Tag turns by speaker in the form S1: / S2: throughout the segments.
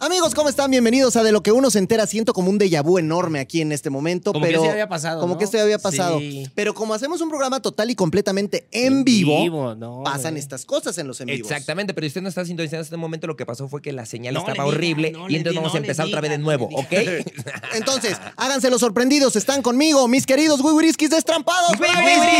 S1: Amigos, ¿cómo están? Bienvenidos a De lo que uno se entera. Siento como un déjà vu enorme aquí en este momento.
S2: Como que
S1: pero
S2: esto ya había pasado,
S1: Como
S2: ¿no?
S1: que esto ya había pasado.
S2: Sí.
S1: Pero como hacemos un programa total y completamente en, vivo,
S2: no,
S1: pasan
S2: güey.
S1: estas cosas en los en vivos.
S3: Exactamente, pero si usted no está sintonizando en este momento, lo que pasó fue que la señal
S2: No
S3: estaba
S2: le diga,
S3: horrible
S2: no
S3: y
S2: le
S3: entonces
S2: di-
S3: vamos
S2: no
S3: a
S2: le
S3: empezar otra vez
S2: diga,
S3: de nuevo,
S2: no
S3: ¿ok?
S2: le
S1: Entonces, háganse los sorprendidos. Están conmigo, mis queridos Wiwiriskis destrampados.
S3: ¡Wibiriski!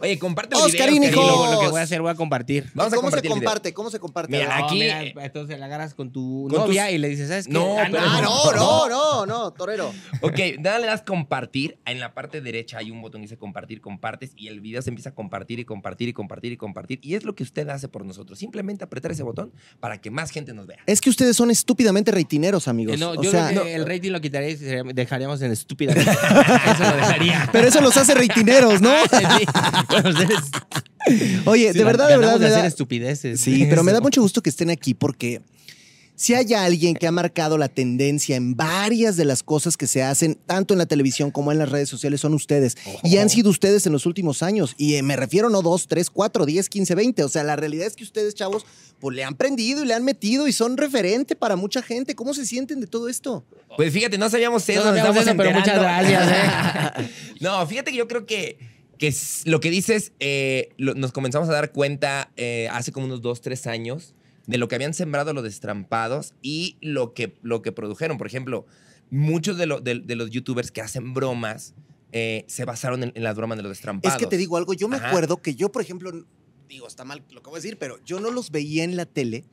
S3: Oye, comparte el
S1: Oscarín,
S3: video,
S2: Y lo, lo que
S1: hijos.
S2: voy a hacer, voy a compartir.
S3: Vamos a
S1: ¿Cómo se
S3: compartir el video.
S1: comparte? ¿Cómo se comparte?
S3: Mira,
S1: A ver.
S3: aquí-
S2: mira, entonces la agarras con tu
S3: Con
S2: novia
S3: tus-
S2: y le dices, ¿sabes qué?
S3: No,
S2: Ah,
S3: pero-
S1: Ah,
S2: no.
S1: no, no, no, no, torero.
S3: Ok, dale, das compartir. En la parte derecha hay un botón que dice compartir, compartes y el video se empieza a compartir y compartir y compartir y compartir. Y es lo que usted hace por nosotros. Simplemente apretar ese botón para que más gente nos vea.
S1: Es que ustedes son estúpidamente reitineros, amigos.
S2: Eh, no,
S1: O
S2: yo
S1: sea,
S2: creo que el rating lo quitaría y se- dejaríamos en estúpida. Eso lo dejaría.
S1: Pero eso los hace reitineros, ¿no?
S2: Sí. Bueno, ustedes-
S1: Oye,
S2: sí,
S1: de
S2: la-
S1: verdad, de verdad. me
S2: ganamos de hacer
S1: da-
S2: estupideces.
S1: Sí, pero me da
S2: Eso.
S1: mucho gusto que estén aquí porque si hay alguien que ha marcado la tendencia en varias de las cosas que se hacen, tanto en la televisión como en las redes sociales, son ustedes. Y han sido ustedes en los últimos años. Y eh, me refiero no dos, tres, cuatro, diez, quince, veinte. O sea, la realidad es que ustedes, chavos, pues le han prendido y le han metido y son referente para mucha gente. ¿Cómo se sienten de todo esto?
S3: Pues fíjate, no sabíamos eso,
S2: No
S3: nos
S2: sabíamos
S3: estamos
S2: eso, pero
S3: enterando.
S2: muchas ¿eh?
S3: no, fíjate que yo creo que, que es- lo que dices, eh, lo- nos comenzamos a dar cuenta eh, hace como unos dos, tres años de lo que habían sembrado los destrampados y lo que, lo que produjeron. Por ejemplo, muchos de, lo- de- de los youtubers que hacen bromas eh, se basaron en, en las bromas de los destrampados.
S1: Es que te digo algo, yo me
S3: Ajá.
S1: acuerdo que yo, por ejemplo, digo, está mal lo que voy a decir, pero yo no los veía en la tele,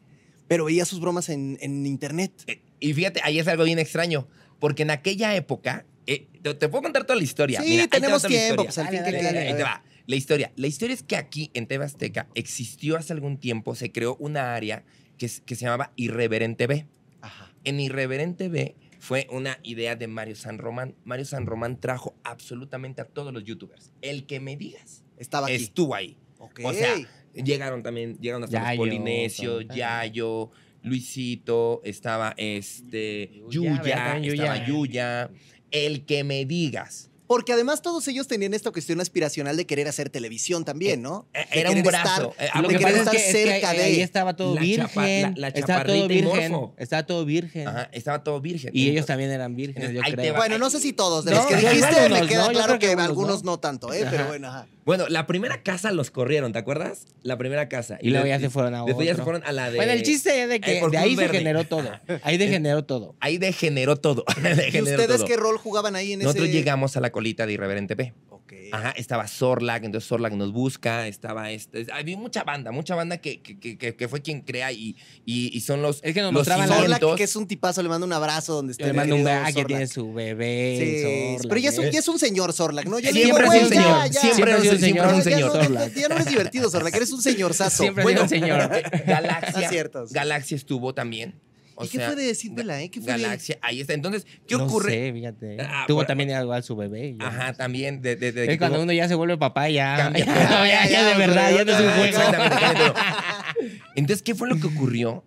S1: pero veía sus bromas en, en internet.
S3: Eh, Y fíjate, ahí es algo bien extraño, porque en aquella época, eh, te, te puedo contar toda la historia.
S1: Sí,
S3: Mira, ahí te va
S1: tenemos
S3: toda la
S1: tiempo,
S3: historia.
S1: pues al
S2: Dale,
S1: fin que
S2: dale,
S1: quede.
S2: dale,
S3: Ahí te va. La historia. La historia es que aquí en TV Azteca existió hace algún tiempo, se creó una área que, s- que se llamaba Irreverente B.
S1: Ajá.
S3: En Irreverente B fue una idea de Mario San Román. Mario San Román trajo absolutamente a todos los youtubers. El que me digas
S1: Estaba aquí.
S3: estuvo ahí.
S1: Ok.
S3: O sea, llegaron también, llegaron hasta
S2: Yayo,
S3: los Polinesio,
S2: también.
S3: Yayo, Luisito, estaba este
S2: Yuya,
S3: Yuya,
S2: ¿verdad? También Yuya.
S3: estaba Yuya. El que me digas.
S1: Porque además todos ellos tenían esta cuestión aspiracional de querer hacer televisión también, ¿no?
S3: Eh,
S1: De
S3: era un
S1: querer
S3: brazo.
S1: estar-
S3: Eh, a
S2: Lo
S1: de
S2: que pasa
S3: porque
S1: querer
S2: es
S1: estar
S2: que, es que
S1: cerca de...
S2: ahí estaba todo
S3: La
S2: virgen.
S3: chapa- la- la
S2: estaba todo
S3: chaparrita y
S2: virgen.
S3: morfo.
S2: Estaba todo virgen.
S3: Ajá, estaba todo virgen.
S2: Y ellos también eran vírgenes,
S3: Entonces,
S2: yo
S3: ahí te
S2: creo.
S3: va.
S1: Bueno, no sé si todos, de
S2: No,
S1: los que
S2: yo creo
S1: dijiste
S2: que
S1: me
S2: algunos,
S1: queda
S2: ¿no? Yo
S1: claro
S2: creo que
S1: que,
S2: algunos,
S1: algunos
S2: ¿no?
S1: no tanto, ¿eh? Pero
S2: Ajá.
S1: bueno, ajá.
S3: Bueno, la primera casa los corrieron, ¿te acuerdas? La primera casa.
S2: Y luego
S3: de-
S2: ya se fueron a
S3: Después ya se
S2: otro.
S3: fueron a la de...
S2: Bueno, el chiste es de
S3: eh,
S2: que
S3: por
S2: de ahí
S3: Cruz
S2: se
S3: Verde.
S2: generó todo. Ahí degeneró todo.
S3: Ahí degeneró todo.
S1: ¿Y
S3: degeneró
S1: ustedes
S3: todo.
S1: qué rol jugaban ahí en
S3: Nosotros
S1: ese...?
S3: llegamos a la colita de Irreverente P.
S1: Ok.
S3: Ajá, estaba Sorlac, entonces Sorlac nos busca, estaba este... Había mucha banda, mucha banda que, que, que- que- que fue quien crea y, y, y son los...
S2: Es que nos
S3: los
S2: mostraban la-
S1: Zorla,
S3: cimientos.
S1: que es un tipazo, le mando un abrazo donde esté.
S2: Le
S1: mi
S2: mando un
S1: querido
S2: beso que
S1: Zorla.
S2: tiene su bebé.
S1: Sí,
S2: Zorla,
S1: pero ya es, un,
S2: güey.
S1: ya es un señor Zorlac, ¿no? Yo le
S3: Siempre
S1: digo,
S3: ha sido
S1: güey, ya,
S3: un señor,
S1: ya.
S3: siempre
S2: ha sido un
S3: siempre
S2: señor.
S3: era un
S1: Ya- ya
S3: señor.
S1: no-
S2: Zorlac.
S1: Ya no eres divertido, Zorlac, eres un señorzazo.
S2: Siempre ha
S3: Bueno,
S2: sido un señor.
S3: eh, Galaxia.
S1: Ah, cierto, sí.
S3: Galaxia estuvo también. O
S1: ¿Y qué
S3: sea,
S1: fue de Cinderella, eh? ¿Qué fue de-
S3: Galaxia, ahí está. Entonces, ¿qué
S2: No
S3: ocurre?
S2: sé, fíjate.
S3: Ah,
S2: Tuvo
S3: por-
S2: también algo a su bebé. ya.
S3: Ajá, también. De, de- de que
S2: Es cuando
S3: tuvo-
S2: uno ya se vuelve papá, ya.
S3: Cambia.
S2: Ya, ya, ya, de verdad, ya no es un juego.
S3: Ah, Exactamente, exactamente. Entonces, ¿qué fue lo que ocurrió?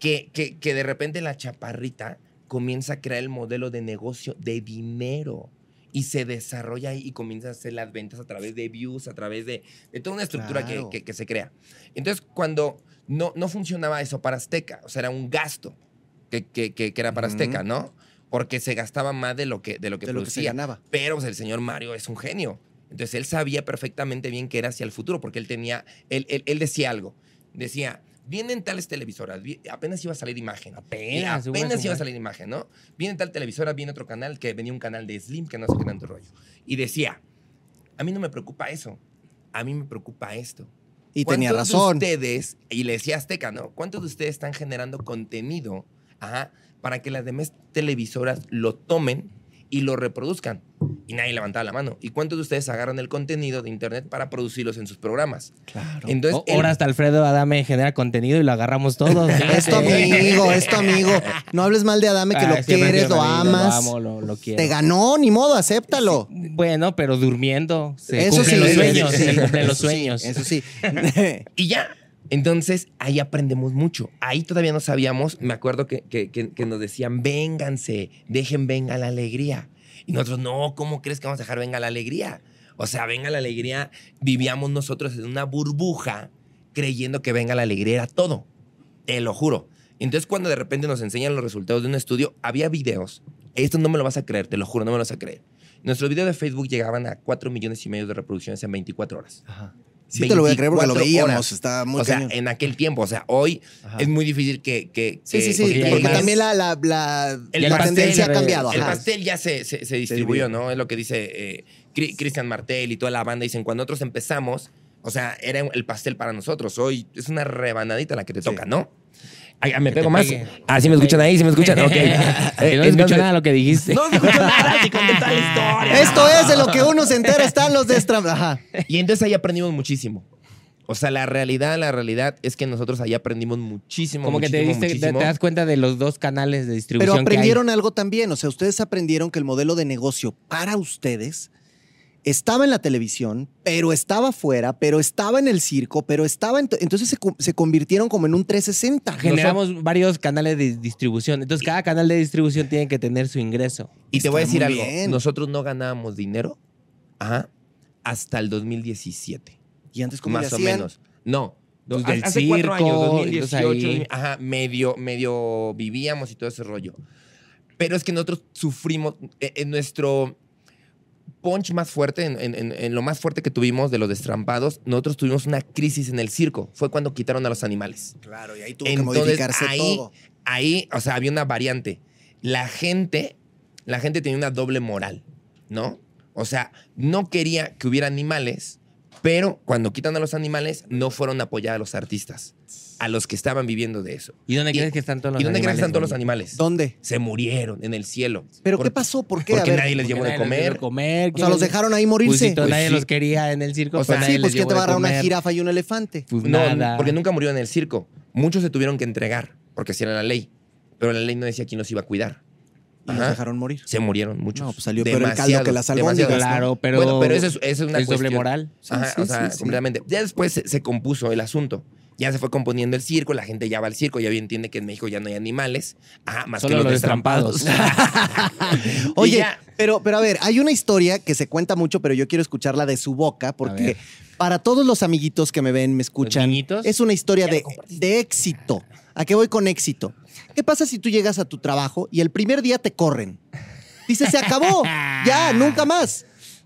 S3: Que, que, que de repente la chaparrita comienza a crear el modelo de negocio de dinero. Y se desarrolla ahí y comienza a hacer las ventas a través de views, a través de, de toda una estructura que-
S1: Claro.
S3: que, que se crea. Entonces, cuando no, no funcionaba eso para Azteca, o sea, era un gasto que, que- que- que era para
S1: Ujú.
S3: Azteca, ¿no? Porque se gastaba más de lo que, de lo que
S1: de lo que se
S3: producía.
S1: ganaba.
S3: Pero pues, el señor Mario es un genio. Entonces él sabía perfectamente bien que era hacia el futuro, porque él tenía, él, él- él decía algo. Decía, vienen tales televisoras, vi- apenas iba a salir imagen. Y
S2: Apenas. hubo
S3: apenas
S2: su-
S3: iba a salir imagen, ¿no? Viene tal televisora, viene otro canal, que venía un canal de Slim, que no sé qué tanto rollo. Y decía, a mí no me preocupa eso, a mí me preocupa esto.
S1: Y tenía
S3: ¿Cuántos
S1: razón.
S3: de ustedes, y le decía Azteca, ¿no? ¿Cuántos de ustedes están generando contenido ajá, para que las demás televisoras lo tomen y lo reproduzcan? Y nadie levantaba la mano. ¿Y cuántos de ustedes agarran el contenido de internet para producirlos en sus programas?
S1: Claro.
S3: Entonces,
S2: O- Ahora hasta Alfredo Adame genera contenido y lo agarramos todos. fíjate.
S1: Es tu amigo, es tu amigo. No hables mal de Adame, que
S2: Ah,
S1: lo
S2: siempre
S1: quieres,
S2: quiero
S1: lo
S2: a Adame,
S1: amas.
S2: Lo amo, lo, lo quiero.
S1: Te ganó, ni modo, acéptalo.
S2: Bueno, pero durmiendo. Se
S1: Eso sí,
S2: cumplen los
S1: eso
S2: sueños.
S1: sí.
S2: Se cumplen los
S1: Eso sí,
S2: sueños.
S1: Eso sí.
S3: Y ya. Entonces, ahí aprendemos mucho. Ahí todavía no sabíamos. Me acuerdo que, que- que- que nos decían, vénganse, dejen venga la alegría. Y nosotros, no, ¿cómo crees que vamos a dejar venga la alegría? O sea, venga la alegría, vivíamos nosotros en una burbuja creyendo que venga la alegría era todo. Te lo juro. Entonces, cuando de repente nos enseñan los resultados de un estudio, había videos. Esto no me lo vas a creer, te lo juro, no me lo vas a creer. Nuestros videos de Facebook llegaban a 4 millones y medio de reproducciones en 24 horas.
S1: Sí te lo voy a creer porque lo
S3: 24
S1: veíamos.
S3: horas.
S1: Está muy
S3: o sea,
S1: cañón.
S3: en aquel tiempo, o sea, hoy
S2: Ajá.
S3: es muy difícil que... que-
S1: Sí,
S3: que-
S1: sí, sí.
S2: porque
S1: Porque,
S2: ya hay más-
S1: también la, la, la-
S3: El
S1: la
S3: pastel,
S1: tendencia ha
S2: el-
S1: cambiado.
S3: El
S1: ajá.
S3: pastel ya se, se- se
S1: dividió.
S3: distribuyó, ¿no? Es lo que dice eh, Cri- Cristian Martel y toda la banda. Dicen, cuando nosotros empezamos, o sea, era el pastel para nosotros. Hoy es una rebanadita la que te toca, ¿no? Ay, ¿Me
S2: Que te
S3: pego más?
S2: pegue.
S3: Ah, ¿sí me escuchan ahí? ¿Sí me escuchan? Ok. Eh,
S2: Que no
S3: entonces-
S2: escucho nada de lo que dijiste.
S3: No se escuchó nada, te conté toda la historia.
S1: Esto es de lo que uno se entera. Están los de Stram- Ajá.
S3: Y entonces ahí aprendimos muchísimo. O sea, la realidad, la realidad es que nosotros ahí aprendimos muchísimo.
S2: Como que te,
S3: muchísimo,
S2: diste, te,
S3: muchísimo.
S2: te das cuenta de los dos canales de
S1: Pero
S2: distribución. que hay.
S1: aprendieron algo también. O sea, ustedes aprendieron que el modelo de negocio para ustedes estaba en la televisión, pero estaba afuera, pero estaba en el circo, pero estaba. en to- entonces se, co- se convirtieron como en un 360.
S2: Generamos varios canales de distribución. Entonces, cada canal de distribución tiene que tener su ingreso.
S3: Y te voy a
S1: Está
S3: decir
S1: muy
S3: algo.
S1: bien.
S3: Nosotros no ganábamos dinero ajá, hasta el 2017.
S1: Y antes, como
S3: más o menos. No.
S2: Pues
S3: ha-
S2: del
S3: hace cuatro años,
S2: circo,
S3: 2018,
S2: entonces ahí-
S3: ajá, medio, medio vivíamos y todo ese rollo. Pero es que nosotros sufrimos, eh, en nuestro punch más fuerte, en, en- en- en lo más fuerte que tuvimos de los destrampados, nosotros tuvimos una crisis en el circo. Fue cuando quitaron a los animales.
S1: Claro, y ahí tuvo que
S3: Entonces,
S1: modificarse
S3: ahí-
S1: todo.
S3: Ahí, o sea, había una variante. La gente, la gente tenía una doble moral, ¿no? O sea, no quería que hubiera animales, pero cuando quitan a los animales, no fueron a apoyar a los artistas, a los que estaban viviendo de eso.
S2: ¿Y dónde
S3: Y-
S2: crees que están todos los
S3: ¿Y dónde crees
S2: animales?
S3: que están todos los
S2: güey?
S3: animales?
S1: ¿Dónde?
S3: Se murieron en el cielo.
S1: ¿Pero
S3: Por-
S1: qué pasó? ¿Por qué? A
S3: Porque
S1: ver,
S3: nadie les
S2: Porque
S3: llevó de
S2: nadie les dio de
S3: comer.
S2: comer.
S1: o sea, los dejaron ahí
S2: Pues,
S1: morirse.
S2: sí, todo-
S3: Pues,
S2: nadie
S3: sí.
S2: los quería en el circo.
S3: O sea,
S1: sí, pues ¿qué
S2: que
S1: te va a agarrar una jirafa y un elefante?
S2: Pues
S3: no,
S2: nada.
S3: porque nunca murieron en el circo. Muchos se tuvieron que entregar, porque si era la ley. Pero la ley no decía quién los iba a cuidar.
S1: Y los
S3: Ajá.
S1: dejaron morir.
S3: Se murieron muchos.
S1: No, pues salió peor el caldo que las albóndigas,
S3: demasiado.
S2: Claro, pero.
S3: Bueno, pero eso es, eso es una
S2: es doble
S3: cuestión.
S2: moral.
S3: Ajá, o sea, completamente. Ya después se, se compuso el asunto. Ya se fue componiendo el circo, la gente ya va al circo, ya bien entiende que en México ya no hay animales. Ajá, más
S2: Solo
S3: que los,
S2: los
S3: destrampados. Y
S1: Oye,
S3: ya.
S1: pero, pero a ver, hay una historia que se cuenta mucho, pero yo quiero escucharla de su boca, porque
S2: ver.
S1: para todos los amiguitos que me ven, me escuchan,
S2: niñitos?
S1: es una historia
S3: Ya lo
S1: de,
S3: compartiste.
S1: de éxito. ¿A qué voy con éxito? ¿Qué pasa si tú llegas a tu trabajo y el primer día te corren? Dices, se acabó, ya, nunca más.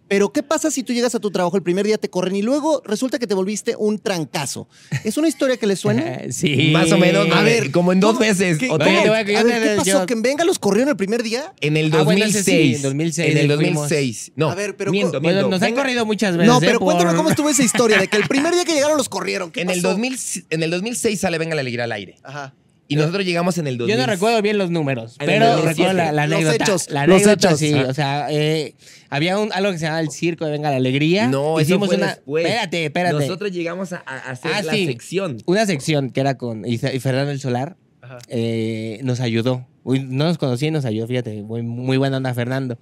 S1: Pero ¿qué pasa si tú llegas a tu trabajo el primer día te corren y luego resulta que te volviste un trancazo? ¿Es una historia que le suena?
S2: sí.
S3: Más o menos,
S1: A
S3: a
S1: ver,
S3: ver, como en dos
S1: ¿cómo-
S3: veces.
S1: ¿Qué-
S3: o
S1: cómo?
S2: Oye, te
S3: tres.
S2: voy a-
S1: A ver, ¿qué
S2: yo-
S1: pasó? ¿Que en Venga los corrieron el primer día?
S3: En el
S2: Ah, bueno,
S3: 2006.
S2: ese sí, en 2006
S3: En el
S2: fuimos.
S3: 2006. No,
S1: A ver, pero
S3: miento,
S1: ¿cómo-
S3: miento.
S2: Bueno, pues, nos han
S3: Venga,
S2: corrido muchas veces.
S1: No,
S2: ¿eh?
S1: pero
S2: Por-
S1: cuéntame cómo estuvo esa historia de que el primer día que llegaron los corrieron. ¿Qué
S3: en,
S1: pasó?
S3: el 2000, en el 2006 sale Venga la Alegría al aire.
S1: Ajá.
S3: Y nosotros llegamos en el 2000.
S2: Yo no recuerdo bien los números,
S3: En el
S2: pero
S3: 2007.
S2: recuerdo la, la
S1: Los
S2: anécdota.
S1: hechos,
S2: La
S1: los
S2: anécdota,
S1: hechos.
S2: sí.
S1: Ah.
S2: O sea, eh, había un, algo que se llamaba el circo de Venga la Alegría.
S3: No, eso
S2: Hicimos
S3: fue
S2: una.
S3: después.
S2: Espérate, espérate.
S3: Nosotros llegamos a, a hacer
S2: Ah,
S3: la
S2: sí.
S3: sección.
S2: Una sección que era con Isa- y Fernando el Solar eh, nos ayudó. Uy, no nos conocía y nos ayudó, fíjate. Muy, muy buena onda, Fernando.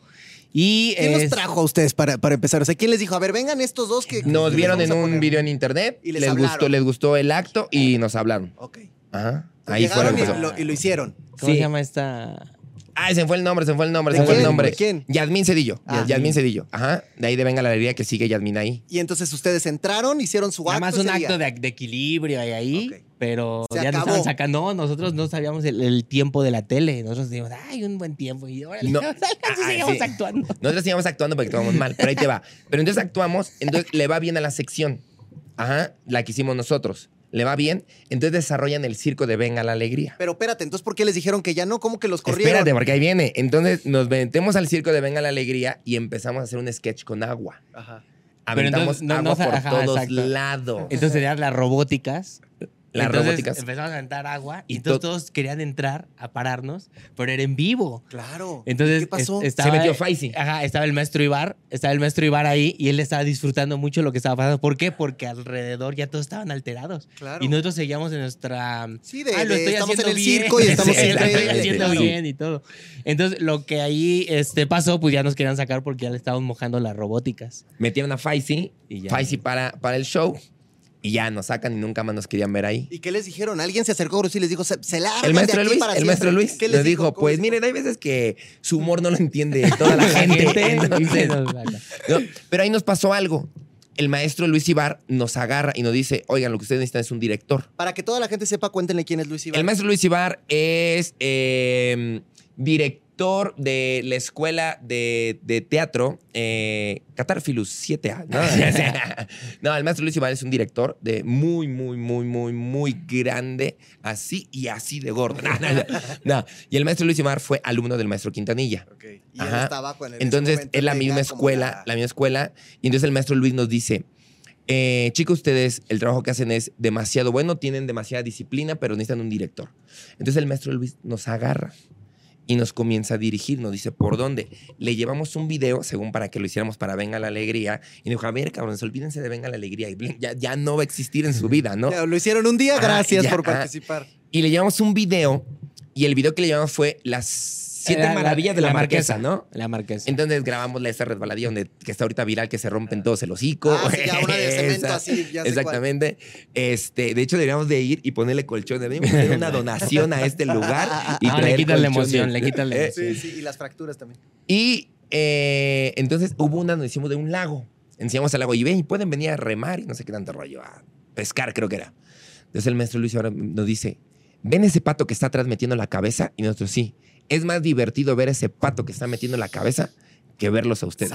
S2: Y,
S1: ¿Quién
S2: es-
S1: los trajo a ustedes para, para empezar? O sea, ¿quién les dijo? A ver, vengan estos dos que. que
S3: Nos
S1: les
S3: vieron
S1: vamos a
S3: en un
S1: poner"?
S3: video en internet.
S1: Y les
S3: les,
S1: hablaron.
S3: gustó, les gustó el acto y nos hablaron.
S1: Ok.
S3: Ajá. Ahí
S1: Llegaron
S3: fueron.
S1: y
S3: empezó.
S1: lo, y lo hicieron.
S2: ¿Cómo
S3: Sí.
S2: se llama esta?
S3: Ah, se me fue el nombre, se me fue el nombre,
S1: ¿De
S3: se me fue el
S1: quién?
S3: nombre.
S1: ¿De quién?
S3: Yasmín Cedillo.
S1: Ah.
S3: Yasmín Cedillo. Ajá. De ahí de venga la alegría que sigue Yasmín ahí.
S1: Y entonces ustedes entraron, hicieron su
S2: Nada
S1: acto.
S2: más un
S1: ese día.
S2: acto de, de equilibrio ahí, ahí
S1: Ok.
S2: pero
S1: Se
S2: ya nos
S1: acabó.
S2: estaban sacando. No, nosotros no sabíamos el, el tiempo de la tele. Nosotros decíamos, ay, un buen tiempo. Y ahora
S3: No. Ah,
S2: seguimos
S3: sí.
S2: actuando.
S3: Nosotros íbamos actuando porque actuamos mal, pero ahí te va. Pero entonces actuamos, entonces le va bien a la sección. Ajá. La que hicimos nosotros. Le va bien. Entonces desarrollan el circo de venga la alegría.
S1: Pero espérate, entonces, ¿por qué les dijeron que ya no? ¿Cómo que los corrieron?
S3: Espérate, porque ahí viene. Entonces nos metemos al circo de Venga la Alegría y empezamos a hacer un sketch con agua.
S1: Ajá.
S2: Pero
S3: Aventamos
S2: entonces, no, no,
S3: agua por
S2: ajá,
S3: todos
S2: exacto.
S3: lados.
S2: Entonces serían las robóticas.
S3: Las
S2: Entonces,
S3: robóticas.
S2: Empezamos a aventar agua y
S3: Y
S2: entonces
S3: to-
S2: todos querían entrar a pararnos, pero era en vivo.
S1: Claro.
S2: Entonces,
S1: ¿Qué pasó?
S2: es- estaba, eh,
S3: Se metió Faisy.
S2: Ajá, estaba el maestro Ibar, estaba el maestro Ibar ahí y él estaba disfrutando mucho lo que estaba pasando. ¿Por qué? Porque alrededor ya todos estaban alterados.
S1: Claro.
S2: Y nosotros seguíamos en nuestra...
S1: Sí, de-
S3: Ah,
S2: "Ay, Ah, lo
S1: de-
S2: estoy
S1: estamos
S2: haciendo
S1: en el
S2: bien".
S1: circo y estamos
S2: Sí,
S3: en el
S2: lo estoy
S3: baile.
S2: haciendo
S3: Sí.
S2: bien y todo. Entonces, lo que ahí este, pasó, pues ya nos querían sacar porque ya le estábamos mojando las robóticas.
S3: Metieron a Faisy,
S2: Y ya.
S3: Faisy para, para el show y ya nos sacan y nunca más nos querían ver ahí.
S1: ¿Y qué les dijeron? Alguien se acercó y les dijo, se, se largan
S3: El
S1: de
S3: maestro
S1: aquí
S3: Luis,
S1: para
S3: el
S1: siempre"?
S3: maestro Luis
S1: ¿Qué les
S3: nos dijo,
S1: ¿Cómo
S3: pues
S1: les
S3: miren, hay veces que su humor no lo entiende toda la gente.
S2: La gente,
S3: Entonces,
S2: nos saca.
S3: no, pero ahí nos pasó algo. el maestro Luis Ibar nos agarra y nos dice, oigan, lo que ustedes necesitan es un director.
S1: Para que toda la gente sepa, cuéntenle quién es Luis Ibar.
S3: El maestro Luis Ibar es eh, director de la escuela de, de teatro eh, Catarfilus 7A. ¿no? O sea, no, el maestro Luis Ibar es un director de muy, muy, muy, muy, muy grande, así y así de gordo. No, no, no, no. Y el maestro Luis Ibar fue alumno del maestro Quintanilla.
S1: Ok. Y él
S3: Ajá.
S1: estaba con él. en ese
S3: Entonces,
S1: momento,
S3: es la
S1: tenía
S3: misma
S1: como
S3: escuela, la misma escuela. Y entonces el maestro Luis nos dice, eh, chicos, ustedes, el trabajo que hacen es demasiado bueno, tienen demasiada disciplina, pero necesitan un director. Entonces el maestro Luis nos agarra y nos comienza a dirigir, nos dice, ¿por dónde? Le llevamos un video, según para que lo hiciéramos para Venga la Alegría, y nos dijo, a ver, cabrones, olvídense de Venga la Alegría, y ya, ya no va a existir en su vida, ¿no?
S1: Ya, Lo hicieron un día,
S3: Ah,
S1: gracias
S3: ya,
S1: por
S3: ah.
S1: participar.
S3: Y le llevamos un video, y el video que le llevamos fue Las Siete
S2: Era la-
S3: Maravillas de la, Marquesa, ¿no?
S2: La marquesa.
S3: Entonces grabamos la esta resbaladilla donde, que está ahorita viral, que se rompen todos el hocico.
S1: Ah, sí, ya una de cemento
S3: Esa.
S1: así, ya sé
S3: Exactamente. Este, de hecho, deberíamos de ir y ponerle colchón. Deberíamos hacer una donación a este lugar y
S2: Ah, le
S3: traer
S2: quitas la
S3: colchones.
S2: emoción, le quitas la
S3: Eh,
S1: cuál.
S2: emoción.
S1: Sí, sí, y las fracturas también.
S3: Y eh, entonces hubo una donde hicimos de un lago. Enseñamos al lago y ven, y pueden venir a remar y no sé qué tanto rollo, a pescar creo que era. Entonces el maestro Luis ahora nos dice, ¿ven ese pato que está atrás metiendo la cabeza? Y nosotros sí, es más divertido ver ese pato que está metiendo la cabeza que verlos a ustedes.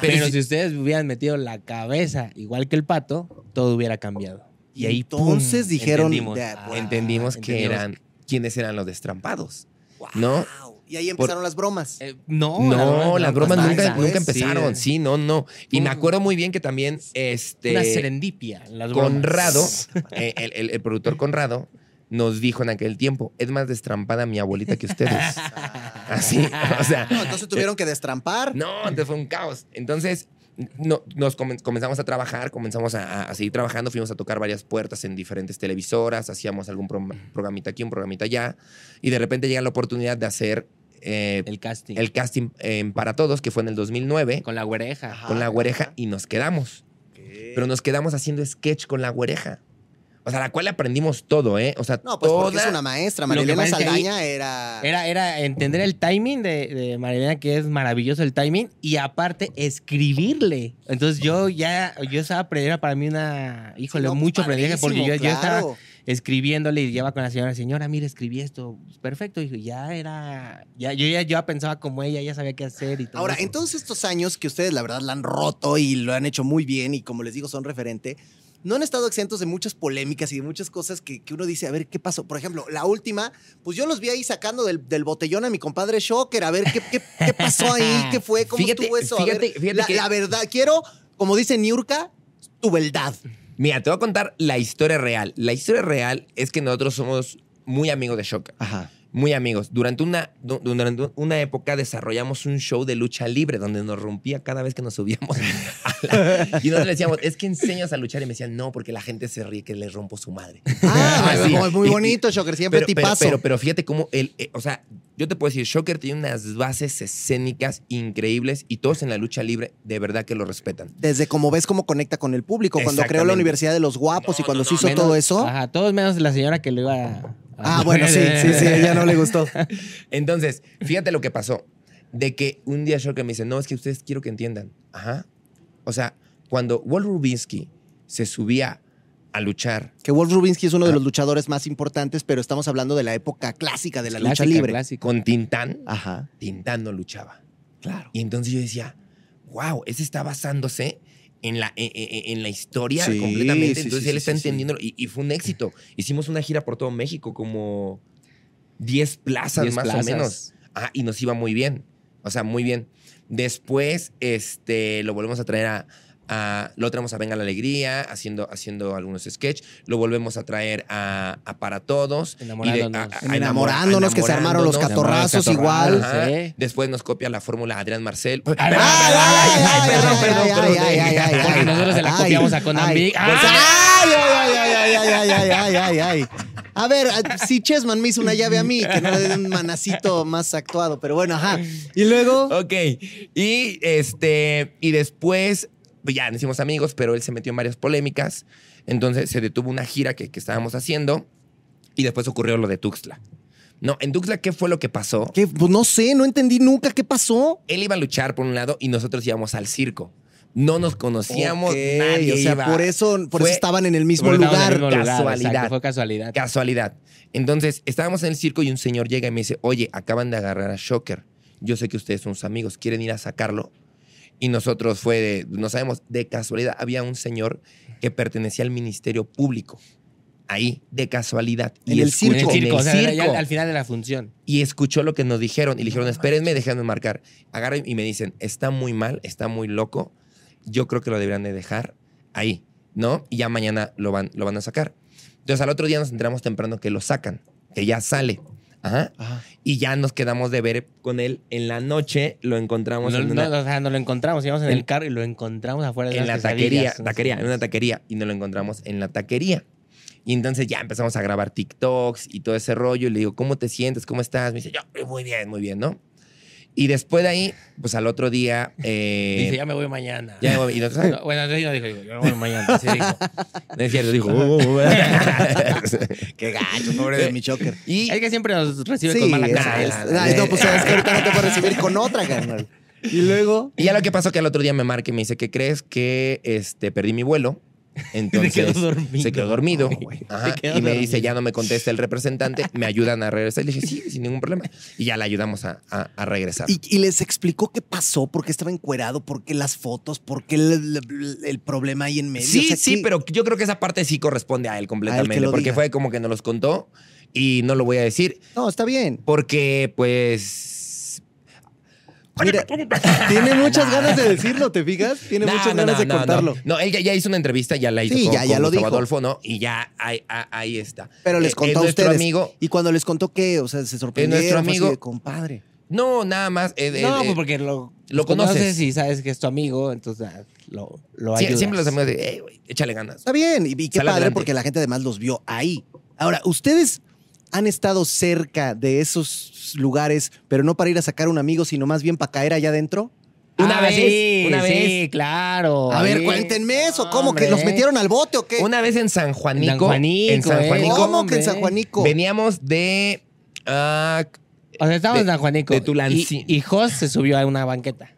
S2: Pero,
S3: Pero si-
S2: si ustedes hubieran metido la cabeza igual que el pato, todo hubiera cambiado.
S1: Y ahí, pum, Entonces dijeron,
S2: entendimos, Ah,
S1: "De acuerdo".
S3: pues, entendimos que
S2: entendimos.
S3: eran quiénes eran los destrampados.
S1: ¿No?
S3: ¿No?
S1: Y ahí empezaron las bromas.
S2: Eh, no,
S3: No, las bromas nunca,
S2: pasan.
S1: pues,
S3: nunca empezaron.
S2: Sí,
S3: Sí, no, no. Y me
S2: Pum.
S3: acuerdo muy bien que también este
S2: Una serendipia. Las bromas.
S3: Conrado, eh, el, el- el productor Conrado, nos dijo en aquel tiempo, es más destrampada mi abuelita que ustedes.
S1: Ah.
S3: Así, o sea.
S1: No, entonces tuvieron que destrampar.
S3: No, entonces fue un caos. Entonces, no- nos comen- comenzamos a trabajar, comenzamos a, a- a seguir trabajando, fuimos a tocar varias puertas en diferentes televisoras, hacíamos algún pro- programita aquí, un programita allá, y de repente llega la oportunidad de hacer eh,
S2: El casting.
S3: el casting en Para Todos, que fue en el 2009, con,
S2: con la oreja.
S1: Ah, Ajá.
S3: la güereja, y nos quedamos. Pero
S1: Pero
S3: nos quedamos haciendo sketch con la güereja. O sea, la cual aprendimos todo, ¿eh? O sea,
S1: no, pues porque
S3: toda-
S1: es una maestra.
S2: Lo que
S1: Marilena
S2: pasa es que ahí
S1: Saldaña era...
S2: Era, era entender el timing de, de Marilena, que es maravilloso el timing, y aparte escribirle. Entonces yo ya, yo estaba, pre- era para mí una, híjole,
S1: No, pues,
S2: mucho aprendizaje, porque yo,
S1: padrísimo,
S2: yo estaba
S1: claro.
S2: escribiéndole y lleva con la señora, señora, mira, escribí esto, pues, perfecto. Y ya era, ya, yo ya yo pensaba como ella, ya sabía qué hacer y todo.
S1: Ahora,
S2: eso.
S1: en todos estos años que ustedes, la verdad, la han roto y lo han hecho muy bien y como les digo, son referente, no han estado exentos de muchas polémicas y de muchas cosas que, que uno dice, a ver, ¿qué pasó? Por ejemplo, la última, pues yo los vi ahí sacando del, del botellón a mi compadre Shocker, a ver, ¿qué, qué, qué pasó ahí? ¿Qué fue? ¿Cómo
S3: Fíjate,
S1: estuvo eso? A
S3: fíjate,
S1: ver,
S3: fíjate
S1: la,
S3: que-
S1: la verdad, quiero, como dice Niurka, tu verdad.
S3: Mira, te voy a contar la historia real. La historia real es que nosotros somos muy amigos de Shocker.
S1: Ajá.
S3: Muy amigos. Durante una, du- durante una época desarrollamos un show de lucha libre donde nos rompía cada vez que nos subíamos. a la- y nosotros le decíamos, es que enseñas a luchar. Y me decían, no, porque la gente se ríe que le rompo su madre.
S1: Ah,
S3: Así.
S1: muy- muy
S3: Y- y-
S1: bonito, Shocker, siempre
S3: pero, pero,
S1: tipazo.
S3: pero, pero fíjate cómo él, eh, o sea, yo te puedo decir, Shocker tiene unas bases escénicas increíbles y todos en la lucha libre de verdad que lo respetan.
S1: Desde como ves cómo conecta con el público, cuando creó la
S3: Exactamente.
S1: Universidad de los Guapos y
S3: No,
S1: cuando
S3: no,
S1: se
S3: no,
S1: hizo
S2: Menos-
S1: todo eso.
S2: Ajá, todos menos la señora que le iba a...
S1: Ah, bueno, sí, sí, sí, ella no le gustó.
S3: Entonces, fíjate lo que pasó. De que un día Shocker me dice, no, es que ustedes quiero que entiendan. Ajá. O sea, cuando Walt Rubinsky se subía a luchar,
S1: Que Wolf Rubinsky es uno de los luchadores más importantes, pero estamos hablando de la época clásica de la
S2: Clásica,
S1: lucha libre.
S2: clásica.
S3: con Tintán,
S1: Ajá.
S3: Tintán no luchaba.
S1: Claro.
S3: Y entonces yo decía, wow, ese está basándose en la, e- e- e- en la historia
S1: Sí,
S3: completamente.
S1: sí,
S3: entonces
S1: sí,
S3: él
S1: sí,
S3: está
S1: sí, sí.
S3: entendiéndolo. Y, y fue un éxito. Hicimos una gira por todo México, como 10 plazas
S2: 10
S3: más
S2: plazas.
S3: o menos. Ah, y nos iba muy bien. O sea, muy bien. Después este, lo volvemos a traer a. a- lo traemos a Venga la Alegría, haciendo, haciendo algunos sketch. Lo volvemos a traer a, a Para Todos. y de- a-
S2: Enamorándonos.
S3: a- a
S1: Enamorándonos, que se armaron los
S3: enamorándonos.
S1: catorrazos
S2: Enamorándonos,
S1: igual.
S3: Ajá.
S2: Sí.
S3: Después nos copia la fórmula Adrián Marcel.
S2: ay,
S1: ay,
S3: Perdón,
S1: ay,
S3: perdón,
S1: ay,
S3: perdón.
S1: ay, ay, ay, ay,
S2: eh. Porque nosotros se la
S1: Ay,
S2: copiamos a ¡Ah! Conan
S1: ay.
S2: Big.
S1: Ay, ay, ay, ay, ay, ay, ay, ay, ay, ay. A ver, a- si Chessman me hizo una llave a mí, que no le dé un manacito más actuado, pero bueno, ajá. Y luego.
S3: Ok. Y este. Y después. pues Ya nos hicimos amigos, pero él se metió en varias polémicas. Entonces se detuvo una gira que, que estábamos haciendo. Y después ocurrió lo de Tuxtla. No, en Tuxtla, ¿qué fue lo que pasó?
S1: ¿qué? Pues no sé, no entendí nunca qué pasó.
S3: Él iba a luchar por un lado y nosotros íbamos al circo. No nos conocíamos
S1: Ok,
S3: nadie.
S1: O sea,
S3: iba.
S1: por eso, por eso
S3: Fue-
S1: estaban en el mismo
S2: Porque estábamos en
S1: lugar.
S2: el mismo lugar,
S3: casualidad.
S2: exacto, Fue casualidad.
S3: Casualidad. Entonces, estábamos en el circo y un señor llega y me dice, oye, acaban de agarrar a Shocker. Yo sé que ustedes son sus amigos, ¿quieren ir a sacarlo? Y nosotros fue, de- no sabemos, de casualidad había un señor que pertenecía al Ministerio Público. Ahí, de casualidad.
S1: En el
S3: escuchó-
S1: circo.
S2: En el circo,
S3: en
S2: o
S3: el
S2: sea, era ya
S3: circo.
S2: al final de la función.
S3: Y escuchó lo que nos dijeron. Y le dijeron, espérenme, déjenme marcar. Agarran y me dicen, está muy mal, está muy loco. Yo creo que lo deberían de dejar ahí, ¿no? Y ya mañana lo van, lo van a sacar. Entonces, al otro día nos enteramos temprano que lo sacan, que ya sale. Ajá.
S1: Ajá.
S3: Y ya nos quedamos de ver con él. En la noche lo encontramos
S2: No,
S3: en,
S2: no,
S3: una,
S2: o sea, no lo encontramos, íbamos en
S3: En-
S2: el carro y lo encontramos afuera de
S3: en la
S2: unas
S3: taquería,
S2: quesadillas.
S3: taquería, en una taquería. Y nos lo encontramos en la taquería. Y entonces ya empezamos a grabar TikToks y todo ese rollo. Y le digo, ¿cómo te sientes? ¿Cómo estás? Me dice, yo, eh, muy bien, muy bien, ¿no? Y después de ahí, pues al otro día... eh,
S2: Dice, ya me voy mañana.
S3: ya me voy". y nosotros, "Ah,
S2: No, bueno, Andrés no dijo, dijo, yo me voy mañana. Sí, dijo.
S3: no es cierto, dijo. "Oh, Qué gacho, pobre
S1: Pobre de mi choker.
S3: Eh, Y
S2: Es que siempre nos recibe
S1: Sí,
S2: con mala
S1: es-
S2: cara.
S1: es-
S3: Ah,
S1: ah, no, pues es que ahorita no te voy a recibir con otra, carnal. Y luego.
S3: Y ya lo que pasó que al otro día me marca y me dice, ¿qué crees? Que este, perdí mi vuelo. Entonces
S2: quedó dormido.
S3: se quedó dormido.
S2: No, güey. Se
S3: Ajá.
S2: quedó
S3: y me
S2: dormido.
S3: dice, ya no me contesta el representante, me ayudan a regresar. Y le dije, sí, sin ningún problema. Y ya la ayudamos a, a- a regresar.
S1: Y, y les explicó qué pasó, por qué estaba encuerado, por qué las fotos, por qué el, el- el problema ahí en medio.
S3: sí,
S1: O sea,
S3: sí,
S1: ¿qué-
S3: pero yo creo que esa parte sí corresponde a él completamente.
S1: lo
S3: porque
S1: diga.
S3: fue como que nos los contó y no lo voy a decir
S1: No, está bien.
S3: porque, pues...
S1: Mira, tiene muchas ganas de decirlo, ¿te fijas? Tiene
S3: No,
S1: muchas
S3: no,
S1: ganas
S3: no,
S1: de
S3: no, no.
S1: contarlo.
S3: No, él ya, ya hizo una entrevista, ya la hizo
S1: Sí,
S3: con,
S1: ya- ya
S3: con
S1: lo
S3: Gustavo
S1: dijo.
S3: Adolfo, ¿no? Y ya ahí, ah, ahí está.
S1: Pero les
S3: Eh,
S1: contó
S3: es
S1: a
S3: nuestro
S1: ustedes.
S3: amigo.
S1: Y cuando les contó que, o sea, se sorprendió.
S3: amigo.
S1: compadre.
S3: No, nada más. eh, eh,
S2: No,
S3: eh,
S2: pues porque lo,
S3: lo conoces.
S2: y sabes que es tu amigo, entonces ah, lo, lo
S3: sie-
S2: ayudas.
S3: siempre los amigos de, "Ey, güey, échale ganas.
S1: Está bien. Y, y qué
S3: Sal
S1: padre
S3: adelante.
S1: porque la gente además los vio ahí. Ahora, ustedes han estado cerca de esos lugares, pero no para ir a sacar a un amigo, sino más bien para caer allá adentro.
S3: Una vez,
S2: Ah, sí,
S3: una
S2: Sí, claro.
S1: A ver,
S2: Sí.
S1: cuéntenme eso. ¿Cómo?
S2: Hombre.
S1: ¿Que los metieron al bote o qué?
S3: Una vez en San Juanico.
S2: En San Juanico,
S3: en San
S2: eh.
S3: Juanico,
S1: ¿Cómo
S2: hombre.
S1: que en San Juanico?
S3: Veníamos de. ah,
S2: O sea, estábamos
S3: De-
S2: en San Juanico.
S3: de Tulancingo.
S2: y, y Jos se subió a una banqueta.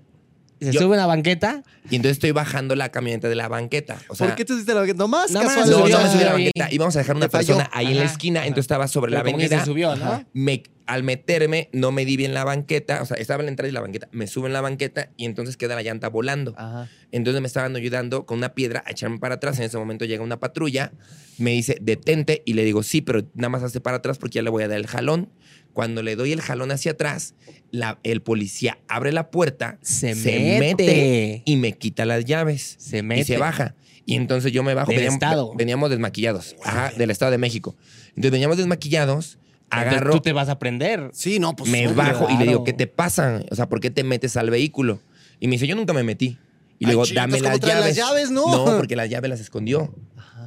S2: Se
S3: Yo-
S2: sube a una banqueta.
S3: y entonces estoy bajando la camioneta de la banqueta. O sea,
S1: ¿Por qué te hiciste la banqueta? Nomás
S2: Nada más,
S1: casual.
S3: no,
S2: subió
S3: no me subí a la
S2: ahí?
S3: banqueta. Íbamos a dejar una
S1: Te falló.
S3: persona ahí en la
S2: Ajá.
S3: esquina.
S2: Ajá.
S3: Entonces estaba sobre
S2: Pero
S3: la
S2: como que se
S3: avenida.
S2: subió, ¿no?
S1: Ajá.
S3: me, al meterme, no me di bien la banqueta. O sea, estaba en la entrada y la banqueta. Me subo en la banqueta y entonces queda la llanta volando.
S2: Ajá.
S3: Entonces me estaban ayudando con una piedra a echarme para atrás. En ese momento llega una patrulla, me dice, detente, y le digo, sí, pero nada más hace para atrás porque ya le voy a dar el jalón. Cuando le doy el jalón hacia atrás, la- el policía abre la puerta,
S2: Se,
S3: Se
S2: mete.
S3: mete. y me quita las llaves
S2: Se mete.
S3: y se baja. Y entonces yo me bajo.
S2: Del
S3: veníamos,
S2: estado.
S3: veníamos desmaquillados, ajá, del Estado de México. Entonces veníamos desmaquillados,
S2: Entonces,
S3: agarro
S2: Tú te vas a prender.
S1: Sí, no, pues.
S3: me
S1: obvio.
S3: bajo y le
S2: claro.
S3: digo, ¿qué te pasa? O sea, ¿por qué te metes al vehículo? Y me dice, yo nunca me metí. Y
S1: Ay,
S3: le digo,
S1: chico,
S3: dame
S1: ¿cómo
S3: las
S1: traes
S3: llaves.
S1: las llaves? No.
S3: No, porque las llaves las escondió.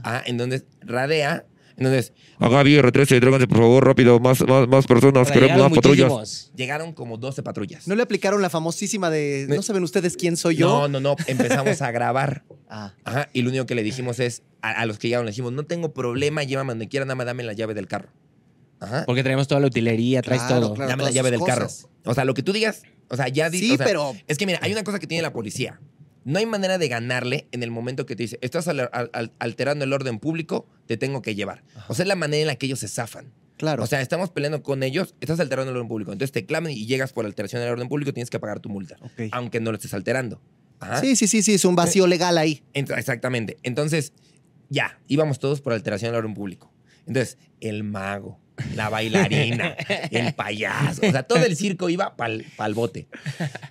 S3: Ah, entonces radea. Entonces, acá vive R13, tráiganse por favor rápido, más, más, más personas,
S2: Pero llegaron muchísimos.
S3: Llegaron como 12 patrullas.
S1: No le aplicaron la famosísima de.
S3: Me-
S1: No saben ustedes quién soy yo.
S3: No, no, no, empezamos a grabar.
S1: Ah.
S3: Ajá, y lo único que le dijimos es, a, a los que llegaron, le dijimos, no tengo problema, llévame donde quiera, nada más dame la llave del carro. Ajá.
S2: Porque traemos toda la utilería, traes
S1: Claro,
S2: todo.
S1: claro.
S3: dame la
S1: todas
S3: llave
S1: sus
S3: del
S1: cosas.
S3: carro. O sea, lo que tú digas, o sea, ya di-
S1: Sí,
S3: o sea,
S1: pero.
S3: Es que mira, hay una cosa que tiene la policía. No hay manera de ganarle en el momento que te dice, estás al- al- alterando el orden público, te tengo que llevar. O sea, es la manera en la que ellos se zafan.
S1: Claro.
S3: O sea, estamos peleando con ellos, estás alterando el orden público. Entonces te claman y llegas por alteración del orden público, tienes que pagar tu multa,
S1: Ok.
S3: aunque no lo estés alterando. Ajá.
S1: Sí, sí, sí, sí, es un vacío legal ahí.
S3: Ent- exactamente. Entonces, ya, íbamos todos por alteración del orden público. Entonces, el mago, la bailarina, el payaso, o sea, todo el circo iba para el bote.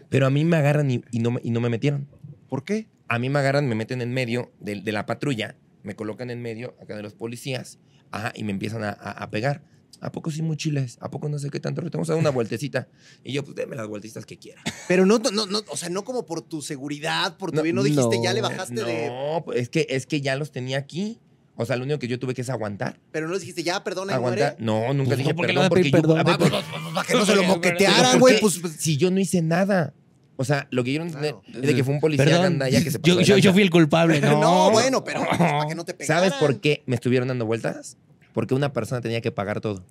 S3: Pero a mí me agarran y, y no, me- y no me metieron.
S1: ¿Por qué?
S3: A mí me agarran, me meten en medio de, de la patrulla, me colocan en medio acá de los policías, ajá, y me empiezan a, a- a pegar. ¿A poco sin mochiles? ¿A poco no sé qué tanto? Estamos a dar una vueltecita. Y yo, pues, déme las vueltecitas que quiera.
S1: Pero no, no, no, o sea, no como por tu seguridad, por tu
S3: No,
S1: bien, no dijiste,
S2: no,
S1: ya le bajaste de.
S3: No, pues, es que, es que ya los tenía aquí. O sea, lo único que yo tuve que es aguantar.
S1: Pero no les dijiste, ya, perdona, ahí
S3: Aguantar.
S1: muere.
S3: No, nunca
S2: Pues
S3: dije
S2: no, ¿por qué
S3: perdón
S2: le vas a pedir perdón? Pe-
S3: porque yo. Ah, pues, pues, pues,
S1: Para que no se lo moquetearan,
S3: Pero
S1: güey.
S3: ¿por
S1: Pues,
S3: qué? Si yo no hice nada. O sea, lo que yo no
S1: Claro.
S3: entiendo es de que fue un policía gandalla que se pasó
S2: yo,
S3: de
S2: yo, yo
S3: lanza.
S2: fui el culpable.
S1: no,
S2: No,
S1: bueno, pero pues, para que no te pegaran.
S3: ¿Sabes por qué me estuvieron dando vueltas? Porque una persona tenía que pagar todo.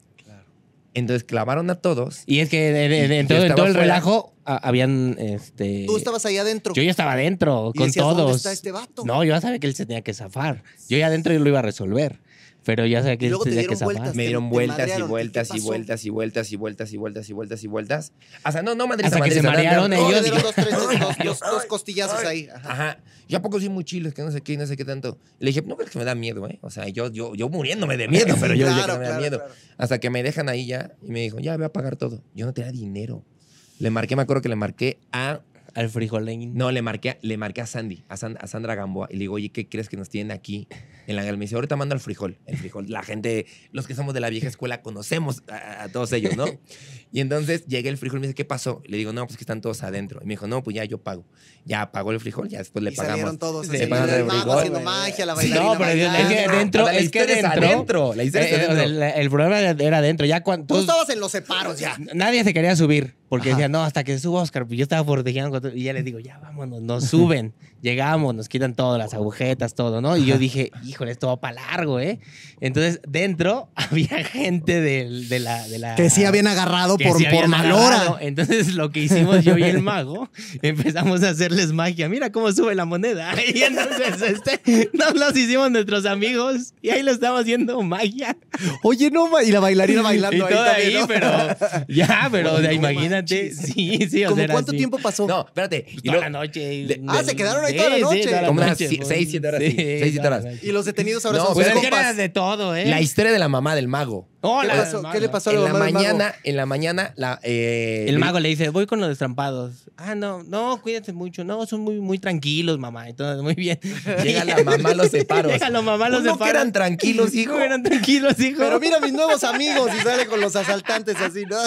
S3: Entonces clavaron a todos.
S2: Y es que de- de- de- en,
S3: Yo
S2: todo, en
S3: estaba
S2: todo el
S3: fuera.
S2: relajo a- habían. Este,
S1: Tú estabas ahí adentro.
S2: Yo ya estaba adentro,
S1: Y
S2: con
S1: decías,
S2: todos.
S1: ¿Dónde está este vato?
S2: No, yo ya sabía que él se tenía que zafar. Yo ya adentro yo lo iba a resolver. Pero ya sabía que
S1: Y
S2: él
S1: luego te
S2: tenía que
S1: dieron
S2: zafar.
S1: vueltas.
S3: Me
S1: Te-
S3: dieron
S1: te
S3: vueltas y
S1: madrearon. ¿Y
S3: vueltas
S1: qué
S3: y
S1: pasó?
S3: vueltas y vueltas y vueltas y vueltas y vueltas y vueltas. Hasta no, no madriza,
S2: Hasta que se
S3: madriza, na- na-
S2: marearon
S3: na-
S1: No, le
S2: ellos.
S1: dieron dos, tres, dos, dos-
S3: Ay,
S1: dos-
S3: ay,
S1: dos costillazos ahí. Ajá.
S3: Ajá. Yo a poco sí muy chiles, que no sé qué, y no sé qué tanto. Le dije, no crees que me da miedo, ¿eh? O sea, yo, yo, yo muriéndome
S1: Ah,
S3: de miedo, pero yo dije que no me da miedo.
S1: claro.
S3: Hasta que me dejan ahí ya y me dijo, ya voy a pagar todo. Yo no tenía dinero. Le marqué, me acuerdo que le marqué a.
S2: Al frijolín.
S3: No, le marqué, a- le marqué a Sandy, a, San- a Sandra Gamboa, y le digo, oye, ¿qué crees que nos tienen aquí? En la gala? me dice, ahorita mando al frijol. El frijol, la gente, los que somos de la vieja escuela, conocemos a, a todos ellos, ¿no? Y entonces llegué el frijol y me dice, ¿qué pasó? Le digo, no, pues que están todos adentro. Y me dijo, no, pues ya yo pago. Ya pagó el frijol, ya después le
S1: y
S3: pagamos.
S1: salieron todos.
S3: Le
S1: así,
S3: pagamos
S1: el
S3: el
S1: mago
S3: frijol.
S1: haciendo magia, la
S2: Sí,
S1: bailarina
S2: no, pero es que
S1: bailando.
S2: dentro,
S3: Ah, la
S2: es que
S3: historia es
S2: dentro.
S3: adentro, la historia es
S2: Eh, eh,
S3: adentro.
S2: el, el problema era- era adentro. Ya cuando.
S1: Tú
S2: todos-
S1: estabas en los separos ya.
S2: Nadie se quería subir porque
S3: Ajá.
S2: decía, no, hasta que suba Oscar. Yo estaba fortejando con todo, y ya les digo, ya vámonos, nos suben, llegamos, nos quitan todas las agujetas, todo, ¿no? Y yo dije, híjole, esto va para largo, ¿eh? Entonces, dentro había gente del- de, la, de la.
S1: Que sí habían agarrado
S2: que
S1: por,
S2: sí
S1: por
S2: habían
S1: malora.
S2: agarrado. Entonces, lo que hicimos yo y el mago, empezamos a hacerles magia. Mira cómo sube la moneda. Y entonces, este, nos los hicimos nuestros amigos y ahí lo estamos haciendo magia.
S1: Oye, no, ma- y la bailarina bailando
S2: Y
S1: ahí
S2: todo
S1: también,
S2: ahí,
S1: ¿no?
S2: pero ya, pero
S1: Oye,
S2: o sea,
S1: no
S2: imagínate,
S1: manches.
S2: sí, sí, o
S1: ¿Cómo
S2: sea, era
S1: cuánto
S2: así.
S1: tiempo pasó?
S3: No, espérate. Y
S1: Pues,
S2: Toda
S3: luego-
S2: la noche. y-
S3: de-
S1: Ah, ¿se quedaron ahí
S2: Sí,
S1: toda la
S2: sí,
S1: noche.
S2: toda la
S3: Como unas
S2: noche,
S3: sie-
S2: pues.
S3: seis, siete horas, sí, seis, siete horas.
S1: Y los detenidos ahora
S3: No,
S1: son
S2: Pues
S1: sus
S3: pues,
S2: es que
S1: compas.
S2: era de todo, ¿eh?
S3: La historia de la mamá del mago.
S1: ¿Qué,
S2: Hola,
S1: pasó?
S2: el
S1: ¿Qué le
S2: mago.
S1: pasó a la
S3: En la
S1: mamá del mago?
S3: mañana, en la mañana, la, eh,
S2: El mago le dice, voy con los destrampados. Ah, no, no, cuídate mucho. No, son muy, muy tranquilos, mamá. Entonces, muy bien.
S3: Llega la mamá a los separos.
S2: Llega la mamá a los
S3: Pues no que
S2: separos.
S3: eran tranquilos, hijo.
S2: No eran tranquilos, hijo.
S1: Pero mira mis nuevos amigos y sale con los asaltantes así, ¿no?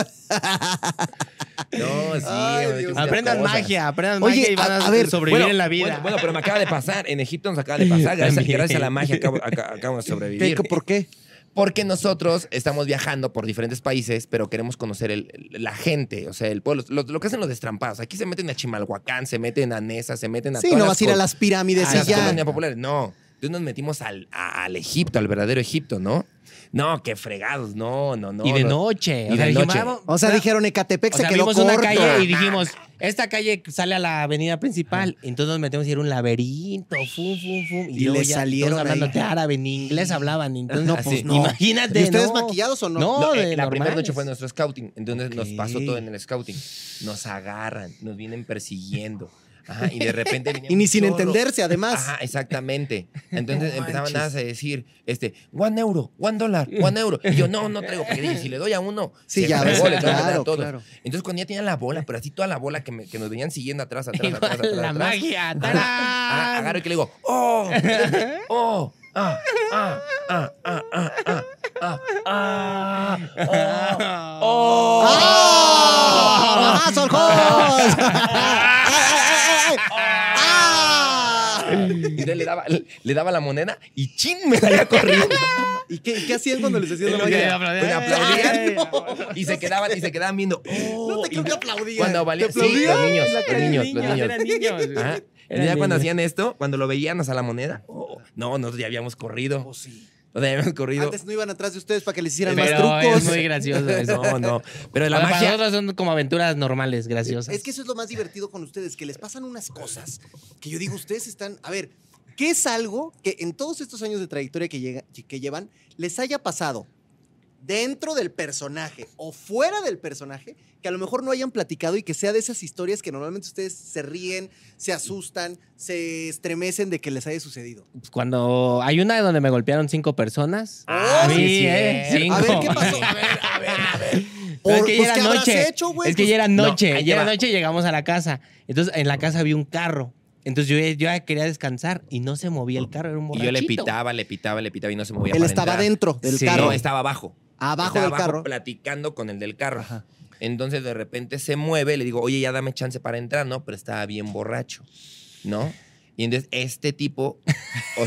S3: No, sí.
S1: Ay,
S3: güey,
S1: Dios.
S3: qué
S2: Aprendan
S3: cosas.
S2: magia, aprendan
S1: Oye,
S2: magia y van
S1: a-
S2: a,
S1: a ver,
S2: sobrevivir
S3: Bueno,
S2: en la vida.
S3: Bueno, bueno, pero me acaba de pasar. En Egipto nos acaba de pasar. Gracias,
S2: También.
S3: gracias a la magia acabo, aca- acabamos de
S1: ¿Qué,
S3: sobrevivir.
S1: qué- ¿Por qué?
S3: Porque nosotros estamos viajando por diferentes países, pero queremos conocer el- el- la gente, o sea, el pueblo. Lo, lo que hacen los destrampados. Aquí se meten a Chimalhuacán, se meten a Nesa, se meten a
S1: Sí,
S3: todas
S1: no
S3: las
S1: vas a ir a
S3: col-
S1: las pirámides
S2: Ah,
S3: a
S1: y
S3: las
S1: ya.
S3: colonias populares. No. Entonces nos metimos al, a- al Egipto, al verdadero Egipto, ¿no? No, qué fregados, no, no, no.
S2: y de
S3: no.
S2: noche.
S3: Y de
S2: dijimos,
S3: noche.
S2: "Vamos,
S1: O sea,
S2: vamos".
S1: dijeron Ecatepec
S2: Ah. O
S1: se
S2: sea,
S1: quedó
S2: vimos
S1: corto.
S2: una calle y dijimos, esta calle sale a la avenida principal. Entonces nos metemos y era un laberinto, fum, fum, fum. Y,
S1: Y
S2: luego
S1: le
S2: ya
S1: salieron
S2: todos hablando
S1: ahí.
S2: de árabe, en inglés hablaban. Entonces,
S1: No,
S3: pues,
S2: así,
S1: no.
S2: Imagínate,
S1: ¿Y ustedes
S2: no.
S1: maquillados o no?
S2: No,
S3: No,
S2: de
S3: eh, la primera
S2: normales.
S3: noche fue nuestro scouting, entonces nos pasó
S1: Ok.
S3: todo en el scouting. Nos agarran, nos vienen persiguiendo. Ajá, y de repente venía
S1: Y
S3: un
S1: ni sin
S3: chorro.
S1: entenderse, además.
S3: Ajá, exactamente. Entonces empezaban a decir, este, one euro, one dólar, one euro. Y yo, no, no traigo, porque dije, si le doy a uno,
S1: Sí,
S3: se
S1: ya
S3: fregó,
S1: ves,
S3: le tengo que dar a
S1: claro,
S3: todos.
S1: claro.
S3: Entonces cuando ya tenían la bola, pero así toda la bola que, me- que nos venían siguiendo atrás, atrás,
S2: Igual,
S3: atrás, atrás,
S2: la
S3: atrás.
S2: magia.
S3: Ah,
S2: ¡tarán!
S3: agarro y que le digo, oh, oh, ah, ah, ah, ah, ah, ah, ah, ah, ah, oh.
S1: ¡Ah! ¡Ah, Sol Jos!
S3: Y entonces le daba, le daba la moneda y chin me salía corriendo.
S1: ¿Y qué, qué hacían cuando les hacían la
S2: Oye,
S1: magia?
S2: aplaudían.
S3: Pues aplaudían.
S2: Ay,
S3: Y se quedaban, y se quedaban viendo. oh,
S1: No te creo
S3: y
S1: que aplaudían.
S3: Cuando valía.
S1: ¿Te
S3: Sí, los
S1: aplaudían?
S3: niños, los
S2: eran
S3: niños, los niños.
S2: eran niños.
S3: Ajá. Y
S2: Eran
S3: ya cuando
S2: niños.
S3: hacían esto, cuando lo veíamos a la moneda, oh, no, nosotros ya habíamos corrido.
S1: Pues sí.
S3: Nosotros ya habíamos corrido.
S1: Antes no iban atrás de ustedes para que les hicieran más
S2: Pero
S1: trucos.
S2: es muy gracioso eso.
S3: No, no. Pero la
S2: Ahora, Para
S3: magia.
S2: nosotros son como aventuras normales, graciosas.
S1: Es que eso es lo más divertido con ustedes, que les pasan unas cosas que yo digo, ustedes están. A ver, ¿qué es algo que en todos estos años de trayectoria que, llega- que- que llevan les haya pasado dentro del personaje o fuera del personaje que a lo mejor no hayan platicado y que sea de esas historias que normalmente ustedes se ríen, se asustan, se estremecen de que les haya sucedido?
S2: Pues Cuando hay una donde me golpearon cinco personas.
S3: Ah,
S2: A mí,
S3: sí,
S2: ¿eh? Cinco.
S3: cierto.
S1: A ver, ¿qué pasó?
S3: A ver, a ver, a ver.
S2: Pero es
S1: Por-
S2: que
S1: pues,
S2: ya era
S1: ¿qué habrás
S2: noche.
S1: hecho, güey?
S2: es que
S1: Pues,
S2: ya era
S3: no,
S2: noche.
S3: ahí te
S2: ya era
S3: va.
S2: noche, llegamos a la casa. Entonces, en la casa había un carro. Entonces, yo, yo ya quería descansar y no se movía el carro. Era un
S3: Y
S2: borrachito.
S3: yo le pitaba, le pitaba, le pitaba y no se movía.
S1: Pues, Él
S3: para
S1: estaba dentro
S3: entrar.
S1: del
S2: Sí,
S1: carro.
S3: No, estaba abajo.
S1: Abajo
S3: Estaba
S1: del carro.
S3: platicando con el del carro. Entonces de repente se mueve, le digo, oye, ya dame chance para entrar, ¿no? Pero estaba bien borracho, ¿no? Y entonces este tipo, o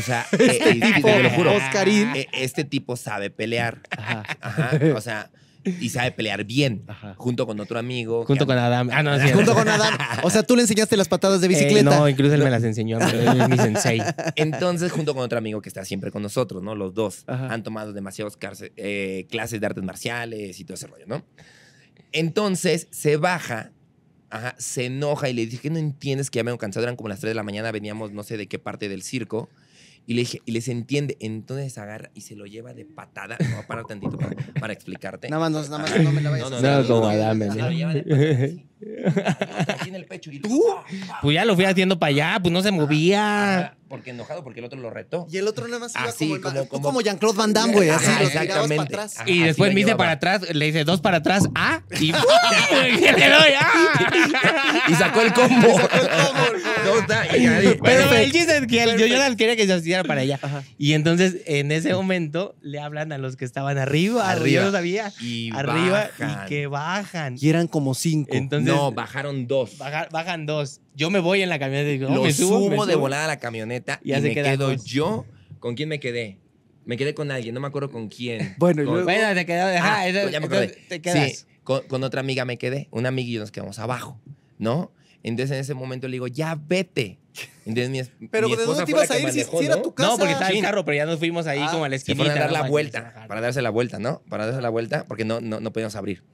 S3: sea, eh, eh,
S1: Este tipo,
S3: te lo juro,
S1: Oscarín.
S3: eh, este tipo sabe pelear.
S2: Ajá.
S3: Ajá, o sea, y sabe pelear bien,
S4: Ajá.
S3: junto con otro amigo. que
S2: Junto
S3: anda-
S2: con Adam. Ah, no, sí,
S1: Junto con Adam. O sea, tú le enseñaste las patadas de
S2: Eh,
S1: bicicleta.
S2: no, incluso él me las enseñó. él es mi sensei.
S3: Entonces, junto con otro amigo que está siempre con nosotros, ¿no? Los dos
S4: Ajá.
S3: han tomado demasiadas clases de artes marciales y todo ese rollo, ¿no? Entonces, se baja, ajá, se enoja y le dije, que no entiendes que ya me he cansado? Eran como las 3 de la mañana, veníamos no sé de qué parte del circo. Y, le dije, y les entiende. Entonces agarra y se lo lleva de patada. No, voy a parar tantito para, para explicarte.
S1: Nada más, no, nada más, no me la vayas
S3: No,
S1: a
S3: no,
S1: hacer.
S2: No, como Adame.
S3: Se
S2: ¿no?
S3: lo lleva de patada así, así en el pecho. Y ¿Tú?
S2: Pues ya lo fui haciendo para allá, pues no se movía.
S3: porque enojado, porque el otro lo retó.
S1: Y el otro nada más iba
S3: Así,
S1: como, el ma-
S3: como-
S1: tú
S3: como-
S1: como Jean-Claude Van Damme, güey. Así,
S3: Ajá,
S1: lo tirabas para
S3: exactamente.
S1: atrás.
S3: Ajá,
S2: Y
S3: así
S2: después
S3: lo
S2: me hice
S3: llevaba.
S2: para atrás, le hice dos para atrás, ah, y ¿Qué le doy? ¡Ah!
S3: Y sacó el combo. No, está- y ahí-
S2: Pero
S3: bueno,
S2: el chiste es que el- yo, yo las quería que se hiciera para allá. Y entonces, en ese momento, le hablan a los que estaban arriba.
S3: Arriba.
S2: Yo no sabía.
S3: y
S2: arriba
S3: bajan.
S2: y que bajan.
S1: Y eran como cinco.
S2: Entonces,
S3: no, bajaron dos.
S2: baja- bajan dos. Yo me voy en la camioneta y digo, no,
S3: Lo
S2: me
S3: subo,
S2: subo, me
S3: de
S2: subo.
S3: volada a la camioneta y,
S2: Ya se
S3: me
S2: quedan
S3: quedo
S2: dos.
S3: yo. ¿Con quién me quedé? Me quedé con alguien, no me acuerdo con quién.
S4: Bueno, y
S3: Con-
S4: luego-
S2: Bueno, te quedas.
S3: Ah,
S2: Ajá, esa-
S3: ya me
S2: entonces
S3: acordé.
S2: te quedas.
S3: Sí, con, con otra amiga me quedé. Una amiga y yo nos quedamos abajo, ¿no? Entonces en ese momento le digo, ya vete. Entonces mi, es-
S1: Pero
S3: mi
S1: ¿de
S3: esposa
S1: dónde te
S3: fue la
S1: ibas a
S3: que
S1: ir si-
S3: manejó,
S1: si era
S3: ¿no?
S1: tu casa?
S2: No, porque estaba
S3: Sí.
S2: en carro, pero ya nos fuimos ahí
S1: Ah,
S2: como a la
S3: Se
S2: esquinita.
S3: fueron a dar
S2: ¿no?
S3: la
S2: Para que se
S3: vuelta,
S2: bajara.
S3: para darse la vuelta, ¿no? Para darse la vuelta, porque no, no, no podíamos abrir.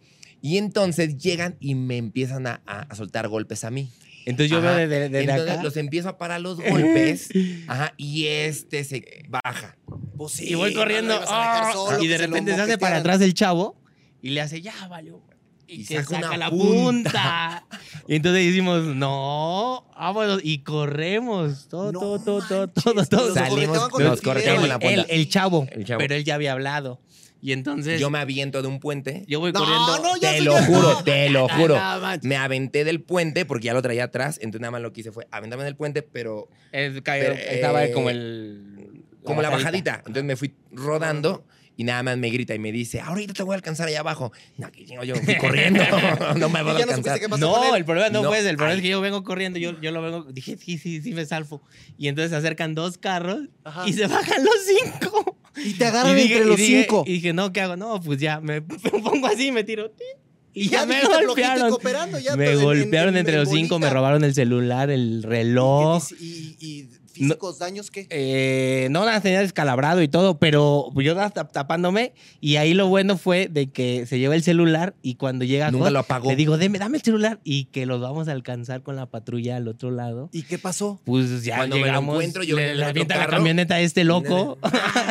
S3: Y entonces llegan y me empiezan a, a- a soltar golpes a mí.
S2: Entonces yo
S3: Ajá.
S2: veo desde, desde
S3: entonces
S2: acá.
S3: los empiezo a parar los golpes, ajá, y este se baja.
S1: Pues sí,
S2: y voy
S1: no
S2: corriendo.
S1: lo ibas a dejar
S2: ¡ah!
S1: solo, pues,
S2: y de
S1: que lo
S2: repente se hace para
S1: moquetearan.
S2: atrás el chavo y le hace, ya, valió. Y,
S3: Y
S2: se
S3: saca
S2: saca,
S3: una
S2: la
S3: punta.
S2: punta. Y entonces decimos, no, vámonos. Y corremos. Todo,
S1: No
S2: todo, todo, todo,
S1: manches,
S2: todo, todo.
S1: los
S3: Salimos,
S1: correteaban con
S3: los
S1: el
S3: correteaban
S1: fideo,
S3: con la
S1: güey.
S2: Él,
S3: punta.
S2: el chavo.
S3: El chavo.
S2: Pero él ya había hablado. Y entonces
S3: Yo
S2: yo,
S3: me aviento de un puente.
S2: voy
S1: No,
S2: corriendo.
S1: no, ya
S3: te
S1: se
S3: lo
S1: ya
S3: juro,
S1: no.
S3: te lo juro.
S2: Ah, manches.
S3: Me aventé del puente porque ya lo traía atrás, entonces nada más lo que hice fue aventarme del puente, pero
S2: Él cayó-
S3: Pero,
S2: estaba
S3: eh,
S2: como el...
S3: como la bajadita. Entonces me fui rodando y nada más me grita y me dice, ahorita te voy a alcanzar allá abajo. No, que chingo, yo fui corriendo, no me
S1: Y
S3: vas a
S1: ya no supiste
S3: alcanzar.
S1: qué pasó con
S2: No,
S1: él.
S2: el problema no,
S3: No,
S2: fue ese. El problema
S3: ay.
S2: es que yo vengo corriendo, yo, yo lo vengo, dije, sí, sí, sí me salvo. Y entonces se acercan dos carros
S1: Ajá.
S2: y se bajan los cinco.
S1: Y te agarran
S2: Y dije-
S1: entre
S2: y
S1: los
S2: dije-
S1: cinco.
S2: Y dije, no, ¿qué hago? No, pues ya, me, pongo así, me tiro. tin, Y,
S1: Y
S2: ya, me
S1: dijiste, flojito y
S2: golpearon.
S1: cooperando, ya todo
S2: me
S1: en- en-
S2: golpearon entre
S1: en
S2: los cinco, me
S1: bolita.
S2: robaron el celular, el reloj.
S1: ¿Y, y- y físicos daños qué?
S2: Eh, no, nada, tenía descalabrado y todo, pero yo estaba tap- tapándome y ahí lo bueno fue de que se lleva el celular y cuando llega
S3: Nunca
S2: Jos,
S3: lo apagó.
S2: le digo, deme, dame el celular y que los vamos a alcanzar con la patrulla al otro lado.
S1: ¿Y qué pasó?
S2: Pues ya
S3: Cuando me lo
S2: llegamos,
S3: encuentro, yo en
S2: le,
S3: el
S2: le
S3: otro
S2: avienta la
S3: carro.
S2: camioneta a este loco.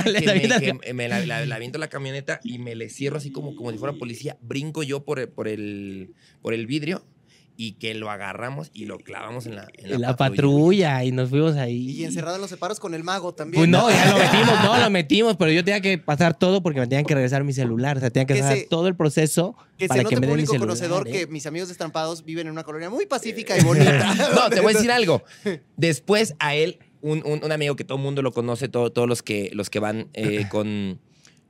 S3: Que
S2: Le
S3: me-
S2: avienta-
S3: que me la, la- la aviento la camioneta y me le cierro así como, como si fuera policía. Brinco yo por el, por el, por el vidrio y que lo agarramos y lo clavamos en la, en
S2: la, patrulla y nos fuimos ahí.
S1: Y encerrado en los separos con el mago también.
S2: Pues no, ya lo metimos, no lo metimos, pero yo tenía que pasar todo porque me tenían que regresar mi celular, o sea, tenía que
S1: Que
S2: pasar
S1: se-
S2: todo el proceso
S1: Que
S2: para
S1: se note
S2: que me den mi
S1: público
S2: celular.
S1: conocedor
S2: ¿eh?
S1: que mis amigos destrampados viven en una colonia muy pacífica y bonita.
S3: No, te voy a decir algo. Después a él, un, un- un amigo que todo el mundo lo conoce, todo- todos los que, los que van eh, con,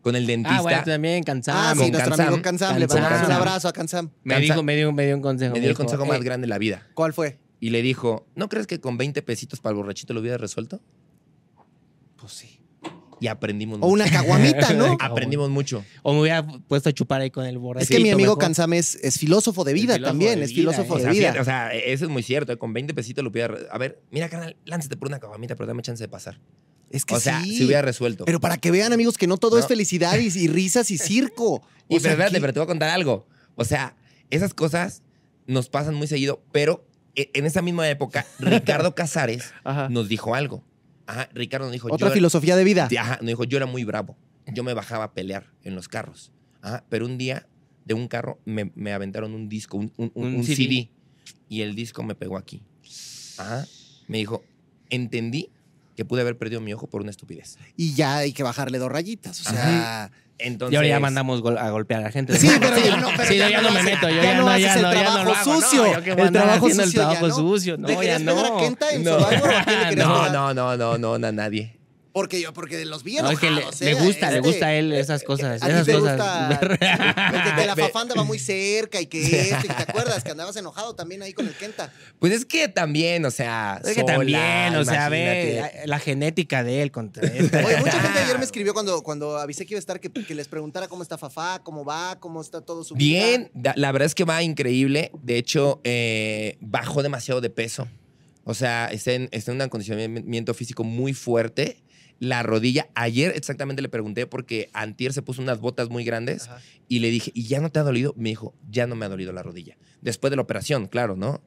S3: con el dentista.
S2: Ah, bueno, también cansado.
S1: Ah, sí,
S3: con
S1: nuestro
S3: Kansam.
S1: amigo Kansam. Le mandamos un
S2: Kansam.
S1: abrazo a Kansam.
S2: me,
S3: cansa-
S2: dijo, me, dio, me dio un consejo.
S3: me dio el
S2: dijo,
S3: consejo más
S2: "Eh,
S3: grande de la vida.
S1: ¿Cuál fue?
S3: Y le dijo, ¿no crees que con 20 pesitos para el borrachito lo hubiera resuelto?
S1: Pues sí.
S3: Y aprendimos
S1: O una caguamita, ¿no?
S3: Aprendimos mucho.
S2: O me hubiera puesto a chupar ahí con el borracho.
S1: Es que mi amigo Kansam es, es filósofo de
S2: pues Es
S1: vida
S2: filósofo
S1: también,
S2: de
S1: es
S2: vida,
S1: filósofo
S3: O
S1: de
S2: ¿eh?
S3: sea, fíjate, o
S1: vida.
S3: sea, e- eso es muy cierto. eh, Con 20 pesitos lo hubiera... re- A ver, mira, carnal, lánzate por una caguamita, pero dame chance de pasar.
S1: Es que
S3: O sea,
S1: sí.
S3: se hubiera resuelto.
S1: Pero para que vean, amigos, que no todo
S3: No.
S1: es felicidad y, y risas y circo. O
S3: y pero
S1: sea,
S3: espérate,
S1: aquí-
S3: pero te voy a contar algo. O sea, esas cosas nos pasan muy seguido, pero e- en esa misma época, Ricardo Casares
S4: Ajá.
S3: nos dijo algo. Ajá, Ricardo nos dijo...
S1: Otra
S3: yo-
S1: filosofía de vida.
S3: Sí, Ajá, nos dijo, yo era muy bravo. Yo me bajaba a pelear en los carros. Ajá, pero un día de un carro me, me aventaron un disco, un, un- un-
S2: Un
S3: un CD.
S2: CD.
S3: y el disco me pegó aquí. Ajá. Me dijo, entendí que pude haber perdido mi ojo por una estupidez.
S1: Y ya hay que bajarle dos rayitas. O sea.
S3: Entonces,
S2: Y ahora ya mandamos gol- a golpear a la gente.
S1: Sí, pero ya no, pero
S2: Sí,
S1: ya
S2: yo ya
S1: no
S2: no me
S1: haces-
S2: meto. Yo
S1: ya
S2: ya
S1: no
S2: no,
S1: haces
S2: ya
S1: el
S2: no, ya no lo
S1: trabajo
S2: hago. No,
S1: sucio.
S2: yo qué voy a
S1: El
S2: andar
S1: trabajo
S2: haciendo
S1: sucio ya
S2: El trabajo
S1: no.
S2: sucio.
S1: ¿Le
S2: No, ya
S1: querías pegar a
S2: no.
S1: Kenta en
S2: No.
S1: Survivor o a quién le querías
S2: No,
S1: pegar?
S3: No, no, no, no, no, a nadie.
S1: Porque yo, porque los vi
S2: No,
S1: enojados.
S2: es que le, le
S1: ¿eh?
S2: gusta, le
S1: Este-
S2: gusta a él esas cosas.
S1: ¿A ti
S2: esas
S1: te
S2: cosas.
S1: gusta? Porque que la
S3: Ve-
S1: fafanda va muy cerca y que esto, y que te acuerdas que andabas enojado también ahí con el Kenta.
S3: Pues es que también, o sea.
S2: Es que
S3: sola,
S2: también, o sea,
S3: imagínate.
S2: ve la genética de él contra él.
S1: Oye, mucha gente ayer me escribió cuando, cuando avisé que iba a estar que, que les preguntara cómo está Fafá, cómo va, cómo está todo su vida.
S3: Bien, da- la verdad es que va increíble. De hecho, eh, bajó demasiado de peso. O sea, está en, está en un acondicionamiento físico muy fuerte. La rodilla, ayer exactamente le pregunté porque Antier se puso unas botas muy grandes
S1: Ajá.
S3: y le dije, ¿y ya no te ha dolido? Me dijo, ya no me ha dolido la rodilla. Después de la operación, claro, ¿no?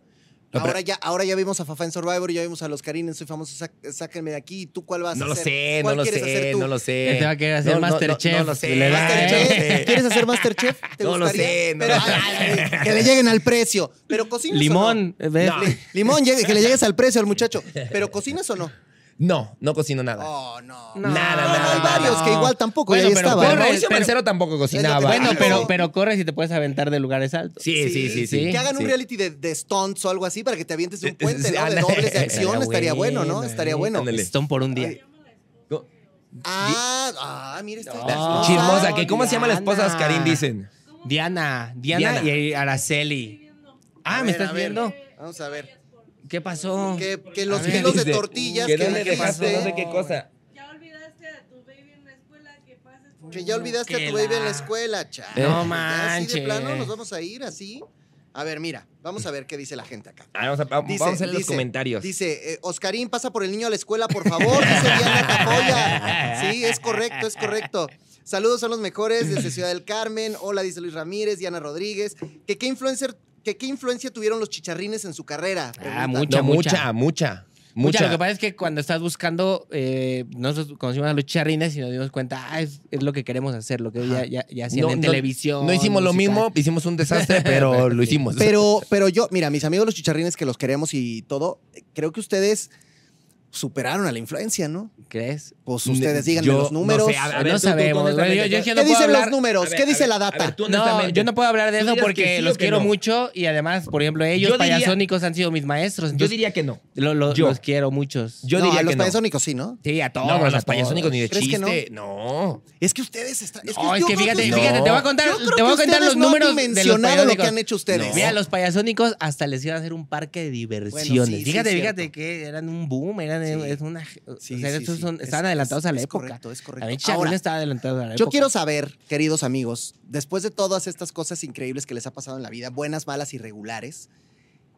S3: La opera-
S1: Ahora ya, ahora ya vimos a Fafá en Survivor, ya vimos a los Karin en Soy Famoso, Sá- sáquenme de aquí. ¿Tú cuál vas
S3: no
S1: a
S3: lo
S1: hacer?
S3: sé, no
S1: ¿Cuál
S3: lo
S1: quieres hacer
S3: sé,
S1: tú?
S3: no lo sé.
S2: Este va a querer hacer
S3: No, no, no,
S2: Masterchef.
S3: No, lo sé.
S2: Le va,
S3: Masterchef,
S2: ¿eh?
S3: no lo
S1: Masterchef.
S3: sé.
S1: ¿Quieres hacer Masterchef? ¿Te
S3: No lo
S1: gustaría?
S3: sé, no
S1: Pero,
S3: lo sé.
S1: ay, ay, que le lleguen al precio. Pero cocinas o no?
S2: Limón, ¿ves?
S3: No.
S1: Li- Limón, llegue- que le llegues al precio al muchacho. ¿Pero cocinas o no?
S3: No, no cocino nada.
S1: Oh, no.
S2: No.
S3: Nada,
S1: Bueno,
S3: nada.
S1: hay varios que igual tampoco ya
S2: Bueno,
S1: ahí
S2: pero
S1: estaba.
S2: corre,
S1: ¿no?
S3: Mauricio
S2: pero-
S3: Mancero tampoco cocinaba.
S1: Es lo que te
S2: Bueno,
S1: digo.
S2: pero, pero corres y te puedes aventar de lugares altos.
S3: Sí, sí, sí, sí.
S1: Que hagan un
S3: sí.
S1: reality de, de stunts o algo así para que te avientes de un
S3: Eh,
S1: puente,
S3: sí,
S1: ¿no? De
S3: ándale.
S1: dobles de acción. Estaría bueno, ¿no?
S2: eh.
S1: Estaría bueno.
S3: Ándale.
S2: Stone por un día.
S1: Ay.
S3: No,
S1: Ah, ah, mira esta.
S2: No.
S3: Chismosa,
S2: que
S3: que ¿cómo se llama la esposa de
S2: Diana.
S3: Oscarín? Dicen.
S2: Diana, Diana,
S3: Diana.
S2: y Araceli.
S1: A
S2: Ah, ¿me
S1: ver,
S2: estás
S1: a ver.
S2: viendo?
S1: Vamos a ver.
S2: ¿Qué pasó?
S1: Que, que los
S2: A ver.
S1: kilos de
S3: Dice,
S1: tortillas que,
S3: que dónde
S1: dijiste,
S3: te pasó, no sé qué cosa.
S4: Ya olvidaste a tu baby en la escuela que pases por
S1: que ya olvidaste
S2: Que
S1: a tu baby en
S2: la-
S1: la escuela, chaval.
S2: No
S1: Ya Así de
S2: manches.
S1: plano nos vamos a ir así. A ver, mira, vamos a ver qué dice la gente acá.
S3: Ah, vamos a, vamos
S1: Dice,
S3: a leer los
S1: dice,
S3: comentarios.
S1: Dice, eh, Oscarín, pasa por el niño a la escuela, por favor. Dice Diana Tapoya. Sí, es correcto, es correcto. Saludos a los mejores desde Ciudad del Carmen. Hola, dice Luis Ramírez, Diana Rodríguez. ¿Que qué, influencer, que qué influencia tuvieron los chicharrines en su carrera? Pregunta.
S3: Ah,
S2: mucho.
S3: no,
S2: mucha,
S3: mucha, mucha,
S2: Mucha.
S3: mucha.
S2: Lo que pasa es que cuando estás buscando, eh, nosotros conocimos a los charrines y nos dimos cuenta, ah, es, es lo que queremos hacer, lo que ya, ya, ya hacían en televisión.
S3: No hicimos lo
S2: musical.
S3: mismo, hicimos un desastre, pero lo hicimos.
S1: Pero, pero yo, mira, mis amigos los chicharrines que los queremos y todo, eh, creo que ustedes superaron a la influencia, ¿no?
S2: ¿Crees?
S1: Pues ustedes
S3: digan
S1: díganme los números.
S3: No, sé, a- a
S2: No
S3: ver, tú- tú,
S2: sabemos, güey,
S3: honestamente,
S2: yo- yo es que
S1: ¿Qué
S2: no puedo
S1: dicen
S2: hablar.
S1: los números?
S3: A ver,
S1: ¿Qué
S3: a
S1: dice
S3: ver,
S1: la
S3: a ver,
S1: data?
S3: tú
S2: No,
S3: honestamente.
S2: yo no puedo hablar de
S3: Tú
S2: eso
S3: dirás que
S2: porque
S3: sí o
S2: los
S3: que
S2: quiero
S3: no.
S2: mucho y además, por ejemplo, ellos
S3: Yo diría-
S2: payasónicos han sido mis maestros.
S3: Yo
S2: Entonces,
S3: diría que no.
S2: lo- lo-
S3: yo.
S2: los quiero muchos.
S3: Yo
S1: No,
S3: diría
S1: a los
S3: que no.
S1: payasónicos sí, ¿no?
S2: sí, a todos.
S3: No,
S2: a
S3: los payasónicos
S2: todos.
S3: ni de
S1: ¿Crees que no?
S3: chiste. No.
S1: Es que ustedes están. Es que,
S2: No, es
S1: yo
S2: que
S1: creo
S2: fíjate,
S3: No.
S2: fíjate, te voy a contar,
S1: Yo creo
S2: te voy a
S1: que
S2: contar
S1: ustedes
S2: los
S1: no han
S2: números de los
S1: dimensionado lo que
S2: payasónicos.
S1: han hecho ustedes.
S3: No.
S2: Mira, los payasónicos hasta les iban a hacer un parque de diversiones.
S1: sí, sí,
S2: fíjate,
S1: es
S2: fíjate
S1: cierto.
S2: que eran un boom, eran
S1: Sí.
S2: es una, o
S1: Sí,
S2: sea,
S1: sí,
S2: estos
S1: sí.
S2: son-
S1: Es-
S2: estaban adelantados a la
S1: es
S2: época.
S1: Correcto, es
S2: La
S1: correcto.
S2: pinche Chagrin
S1: Ahora,
S2: estaba adelantada a la
S1: yo
S2: época.
S1: quiero saber, queridos amigos, después de todas estas cosas increíbles que les ha pasado en la vida, buenas, malas, irregulares,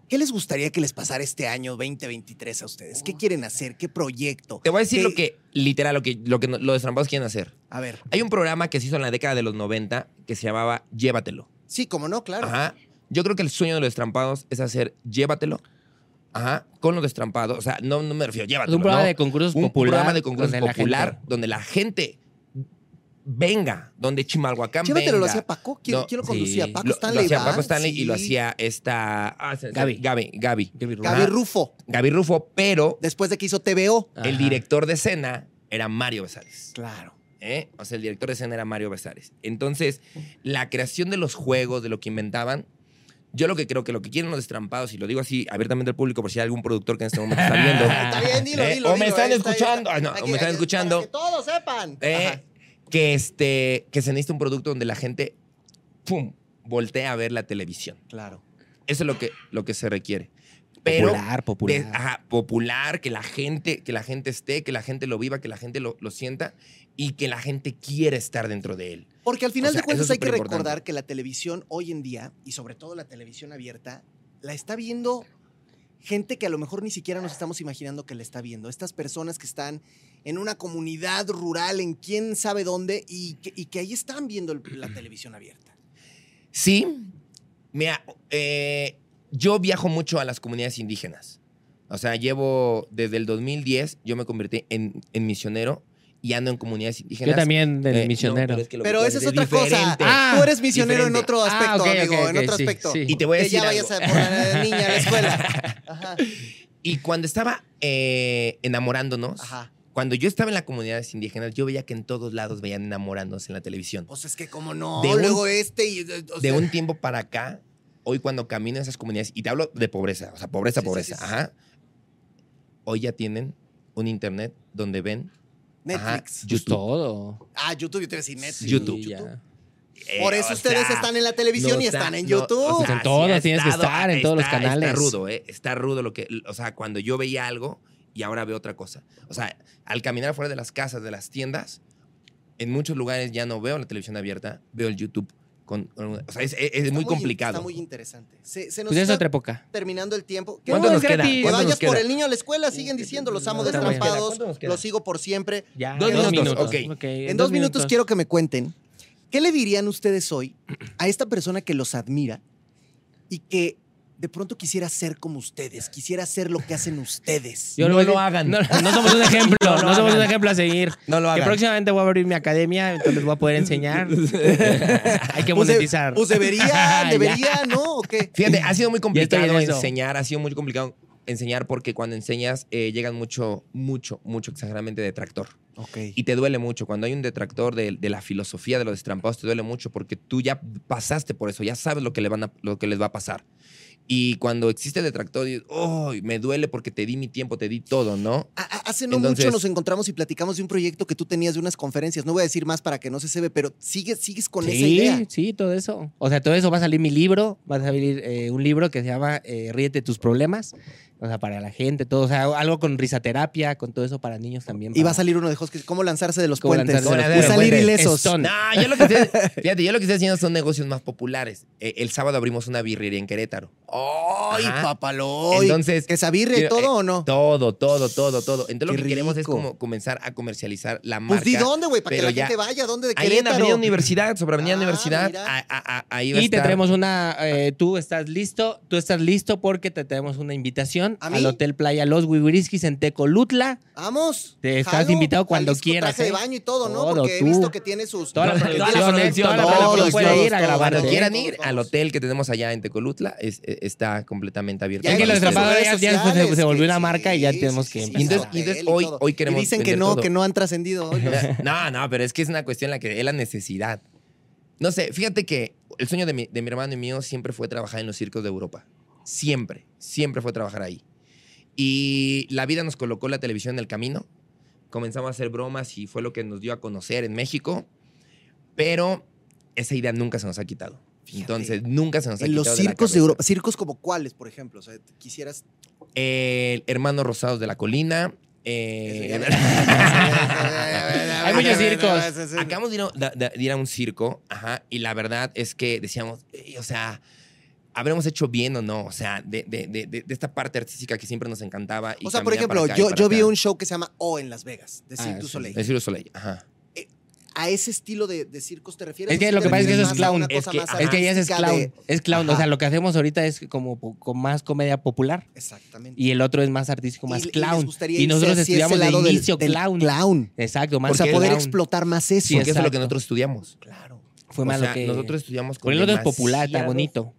S1: ¿qué les gustaría que les pasara este año 2023 a ustedes? ¿Qué quieren hacer? ¿Qué proyecto?
S3: Te voy a decir
S1: ¿Qué-
S3: lo que, literal, lo que, lo que no- los destrampados quieren hacer.
S1: A ver,
S3: Hay un programa que se hizo en la década de los 90 que se llamaba Llévatelo.
S1: sí, como no, claro.
S3: Ajá. Yo creo que el sueño de los destrampados es hacer Llévatelo. Ajá. Con los destrampados. O sea, no, no me refiero,
S2: Es
S3: llévatelo.
S2: un programa
S3: ¿no?
S2: de concursos
S3: un
S2: popular.
S3: programa de concurso
S2: donde la
S3: popular
S2: gente-
S3: donde la gente venga, donde Chimalhuacán
S1: Llévatelo, lo
S3: venga.
S1: hacía Paco. Quiero,
S3: No,
S1: quiero
S2: sí.
S1: conducir a Paco
S3: Lo-
S1: Stanley.
S3: lo hacía
S1: ¿va?
S3: Paco Stanley y lo
S1: Sí.
S3: hacía esta... ah, se- se-
S2: Gaby.
S3: Gaby. Gaby.
S2: Gaby Ruiz.
S1: Gaby
S3: Ajá.
S1: Rufo,
S3: Gaby Rufo, pero
S1: después de que hizo TVO.
S2: Ajá.
S3: el director de escena era Mario Besares.
S1: Claro.
S3: ¿eh? O sea, el director de escena era Mario Besares. Entonces, la creación de los juegos, de lo que inventaban, yo lo que creo que lo que quieren los destrampados, y lo digo así abiertamente al público por si hay algún productor que en este momento está viendo.
S1: Ah, Está bien, dilo,
S3: ¿eh?
S1: dilo.
S3: o me
S1: dilo,
S3: están
S1: ahí está, ahí está.
S3: escuchando. Ay, no,
S1: Aquí,
S3: o me están
S1: aquí,
S3: escuchando.
S1: Para que todos sepan.
S3: eh,
S1: Ajá.
S3: que este que se necesita un producto donde la gente pum voltea a ver la televisión
S1: Claro.
S3: eso es lo que lo que se requiere pero
S2: popular,
S3: de-
S2: popular.
S3: ajá, popular que la gente que la gente esté que la gente lo viva que la gente lo, lo sienta y que la gente quiera estar dentro de él
S1: Porque al final
S3: O
S1: de
S3: sea, eso
S1: cuentas
S3: es
S1: hay que
S3: superimportante.
S1: recordar que la televisión hoy en día, y sobre todo la televisión abierta, la está viendo gente que a lo mejor ni siquiera nos estamos imaginando que la está viendo. Estas personas que están en una comunidad rural, en quién sabe dónde, y que, y que ahí están viendo el- la televisión abierta.
S3: Sí. Mira, eh, yo viajo mucho a las comunidades indígenas. O sea, llevo desde el 2010, yo me convertí en, en misionero y ando en comunidades indígenas.
S2: Yo también del
S3: Eh, no,
S2: misionero.
S3: que lo que
S1: Pero
S3: tú
S1: esa es
S3: haces
S1: otra cosa. Ah.
S3: diferente,
S1: Tú eres misionero en
S3: diferente.
S1: otro aspecto,
S2: Ah, ok,
S1: amigo,
S2: ok,
S1: en
S2: ok,
S1: otro
S2: sí,
S1: aspecto.
S2: sí.
S3: Y te voy a
S1: que
S3: decir
S1: ya vayas
S3: algo.
S1: a por la niña a la escuela. Ajá.
S3: Y cuando estaba eh, enamorándonos,
S1: Ajá.
S3: cuando yo estaba en las comunidades indígenas, yo veía que en todos lados veían enamorándonos en la televisión.
S1: Pues es que como no,
S3: De un-
S1: luego este y... o
S3: de
S1: sea,
S3: un tiempo para acá, hoy cuando camino en esas comunidades, y te hablo de pobreza, o sea, pobreza,
S1: Sí, sí,
S3: pobreza,
S1: sí, sí.
S3: ajá. Hoy ya tienen un internet donde ven
S1: Netflix.
S3: Yo-
S2: Pues
S3: YouTube.
S2: todo.
S1: Ah, YouTube, Pues yo te iba a decir Netflix.
S3: YouTube.
S2: Sí, ya.
S3: Eh,
S1: Por eso
S3: o
S1: ustedes
S3: sea,
S1: están en la televisión
S3: no
S1: y
S3: está-
S1: están en
S3: no,
S1: YouTube.
S3: o
S2: Pues en
S3: sea,
S2: todos
S3: ha
S2: tienes que estar, en todos los
S3: está-
S2: canales.
S3: Está rudo, ¿eh? Está rudo lo que. O sea, cuando yo veía algo y ahora veo otra cosa. O sea, al caminar afuera de las casas, de las tiendas, en muchos lugares ya no veo la televisión abierta, veo el YouTube. Con, con- o sea, es, es- es
S1: Está
S3: muy
S1: in-
S3: complicado.
S1: Está muy interesante. Se, se nos
S2: Pues ya es
S1: está
S2: otra época.
S1: terminando el tiempo. Que
S3: ¿Cuánto
S2: No,
S3: nos
S2: es
S3: queda?
S2: gratis.
S1: Que
S3: ¿Cuánto nos
S1: vayas por
S3: queda?
S1: el niño a la escuela, siguen diciendo, los amo
S2: ¿Cuánto nos queda?
S1: destrampados,
S3: ¿Cuánto nos queda?
S1: los sigo por siempre.
S2: Ya,
S3: Dos minutos, ok.
S2: ok,
S1: En dos minutos quiero que me cuenten, ¿qué le dirían ustedes hoy a esta persona que los admira y que de pronto quisiera ser como ustedes, quisiera hacer lo que hacen ustedes?
S3: Yo- No
S2: voy a-
S3: lo hagan.
S2: No, no somos un ejemplo. no,
S3: lo
S2: somos un
S3: hagan.
S2: ejemplo a seguir.
S3: No lo
S2: Que
S3: hagan.
S2: próximamente voy a abrir mi academia, entonces les voy a poder enseñar. Hay que
S1: Pues de-
S2: monetizar. Ah,
S1: Pues debería,
S2: Ya.
S1: debería, ¿no? ¿O qué?
S3: Fíjate, ha sido muy complicado
S2: en eso.
S3: enseñar, ha sido muy complicado enseñar porque cuando enseñas eh, llegan mucho, mucho, mucho exageradamente detractor.
S1: Ok.
S3: Y te duele mucho. Cuando hay un detractor de, de la filosofía de los destrampados, te duele mucho porque tú ya pasaste por eso, ya sabes lo que, le van a- lo que les va a pasar. Y cuando existe el detractor, dices, "Ay, me duele porque te di mi tiempo, te di todo, ¿no?
S1: A- a- Hace no
S3: Entonces-
S1: mucho nos encontramos y platicamos de un proyecto que tú tenías de unas conferencias. No voy a decir más para que no se se ve, pero sigues, sigues con esa idea.
S2: Sí, sí, todo eso. O sea, todo eso va a salir mi libro, va a salir eh, un libro que se llama eh, Ríete tus problemas, o sea, para la gente, todo, o sea, algo con risaterapia, con todo eso para niños también.
S1: Y va
S2: para-
S1: a salir uno de Hoskins, cómo lanzarse de los
S2: Cómo
S1: puentes.
S2: lanzarse
S3: de los
S1: y
S3: puentes.
S1: salir ilesos.
S2: Stone.
S3: No, yo lo que estoy, fíjate, yo lo que estoy haciendo son negocios más populares. Eh, el sábado abrimos una birrería en Querétaro.
S1: ¡Ay,
S3: Ajá.
S1: papaloy!
S3: Entonces,
S1: ¿Que sabirre y
S3: quiero-
S1: todo
S3: eh,
S1: o no?
S3: Todo, todo, todo, todo. Entonces lo
S1: Qué
S3: que queremos es
S1: rico.
S3: como comenzar a comercializar la
S1: Pues
S3: marca.
S1: di dónde, güey, para que
S3: pero
S1: la
S3: ya-
S1: gente vaya, ¿dónde de
S3: Ahí en
S1: Querétaro?
S3: Avenida Universidad, sobre Avenida
S1: Ah,
S3: Universidad,
S1: mira.
S3: a- a- a- ahí va a
S2: Y te
S3: estar.
S2: tenemos una, eh, tú estás listo, tú estás listo porque te tenemos una invitación
S1: ¿A
S2: al
S1: mí?
S2: Hotel Playa Los Wiwiriskis en Tecolutla.
S1: Vamos.
S2: Te estás
S1: jalo,
S2: invitado cuando
S1: Jalisco,
S2: quieras,
S1: Traje de
S2: ¿eh?
S1: baño y todo, ¿no?
S2: Todo,
S1: Porque
S2: tú.
S1: he visto que tiene sus.
S2: Toda la
S1: que
S2: producción,
S1: tiene sus-
S2: toda la producción,
S1: todos,
S2: producción puede
S1: todos,
S2: ir a
S1: todos,
S2: grabar,
S3: Cuando
S1: todos,
S2: ¿eh?
S3: quieran
S1: todos,
S3: ir
S1: todos.
S3: al hotel que tenemos allá en Tecolutla, es- es- está completamente abierto.
S1: Ya
S2: Es que
S1: hay
S2: los
S1: los
S2: atrapados
S1: redes
S2: ya, ya después
S1: sociales,
S2: se, se volvió
S1: que
S2: una marca y ya
S1: sí,
S2: tenemos
S1: sí,
S2: que
S1: sí,
S3: Y entonces,
S2: empezar.
S1: sí.
S3: y entonces
S1: Él y
S3: hoy,
S1: todo.
S3: hoy
S1: Y
S3: queremos
S1: dicen que
S3: vender
S1: no,
S3: todo.
S1: que no han trascendido. hoy.
S3: No, no, pero es que es una cuestión en la que es la necesidad. No sé, fíjate que el sueño de mi, de mi hermano y mío siempre fue trabajar en los circos de Europa. Siempre, siempre fue trabajar ahí. Y la vida nos colocó la televisión en el camino. Comenzamos a hacer bromas y fue lo que nos dio a conocer en México. Pero esa idea nunca se nos ha quitado. Entonces, nunca se nos ha
S1: En
S3: quitado.
S1: los
S3: la
S1: circos de
S3: cabeza.
S1: Europa, circos como cuáles, por ejemplo, o sea, quisieras
S3: El Hermanos Rosados de la Colina. eh,
S2: Hay muchos circos.
S3: Acabamos de ir, a, de- de ir a un circo, ajá, y la verdad es que decíamos, "Ey, o sea, ¿habremos hecho bien o no? O sea, de, de- de- de- de esta parte artística que siempre nos encantaba. y
S1: O sea, por
S3: caminar para
S1: ejemplo,
S3: acá y
S1: yo,
S3: para
S1: yo vi
S3: acá.
S1: un show que se llama O en Las Vegas, de
S2: Ah,
S1: Cirque du
S2: sí.
S1: Soleil.
S3: El Cirque du Soleil, ajá.
S1: ¿A ese estilo de, de circos te refieres?
S2: Es
S1: o
S2: que
S1: si
S2: lo
S1: te
S2: que pasa es que
S1: refieres
S2: eso es
S1: más a una
S3: clown. Es
S1: cosa
S3: que-
S1: más
S2: Es que ya ese es
S1: artística
S2: clown.
S1: de-
S2: Es clown. O
S1: Ajá.
S2: sea, lo que hacemos ahorita es como po- con más comedia popular.
S1: Exactamente.
S2: Y el otro es más artístico, más
S1: les
S2: clown.
S1: gustaría
S2: Y
S1: irse
S2: nosotros
S1: hacia ese
S2: estudiamos de
S1: lado del-
S2: inicio
S1: del
S2: clown.
S1: clown.
S2: Exacto, más
S1: O sea,
S3: Porque
S1: poder
S2: clown.
S1: explotar más eso.
S2: Sí,
S3: Porque eso es lo que
S2: exacto.
S3: nosotros estudiamos.
S1: Claro.
S2: Fue
S3: O
S2: más
S3: sea,
S2: lo que.
S3: Nosotros estudiamos con
S2: Porque el otro es popular, está
S3: demasiados-
S2: bonito.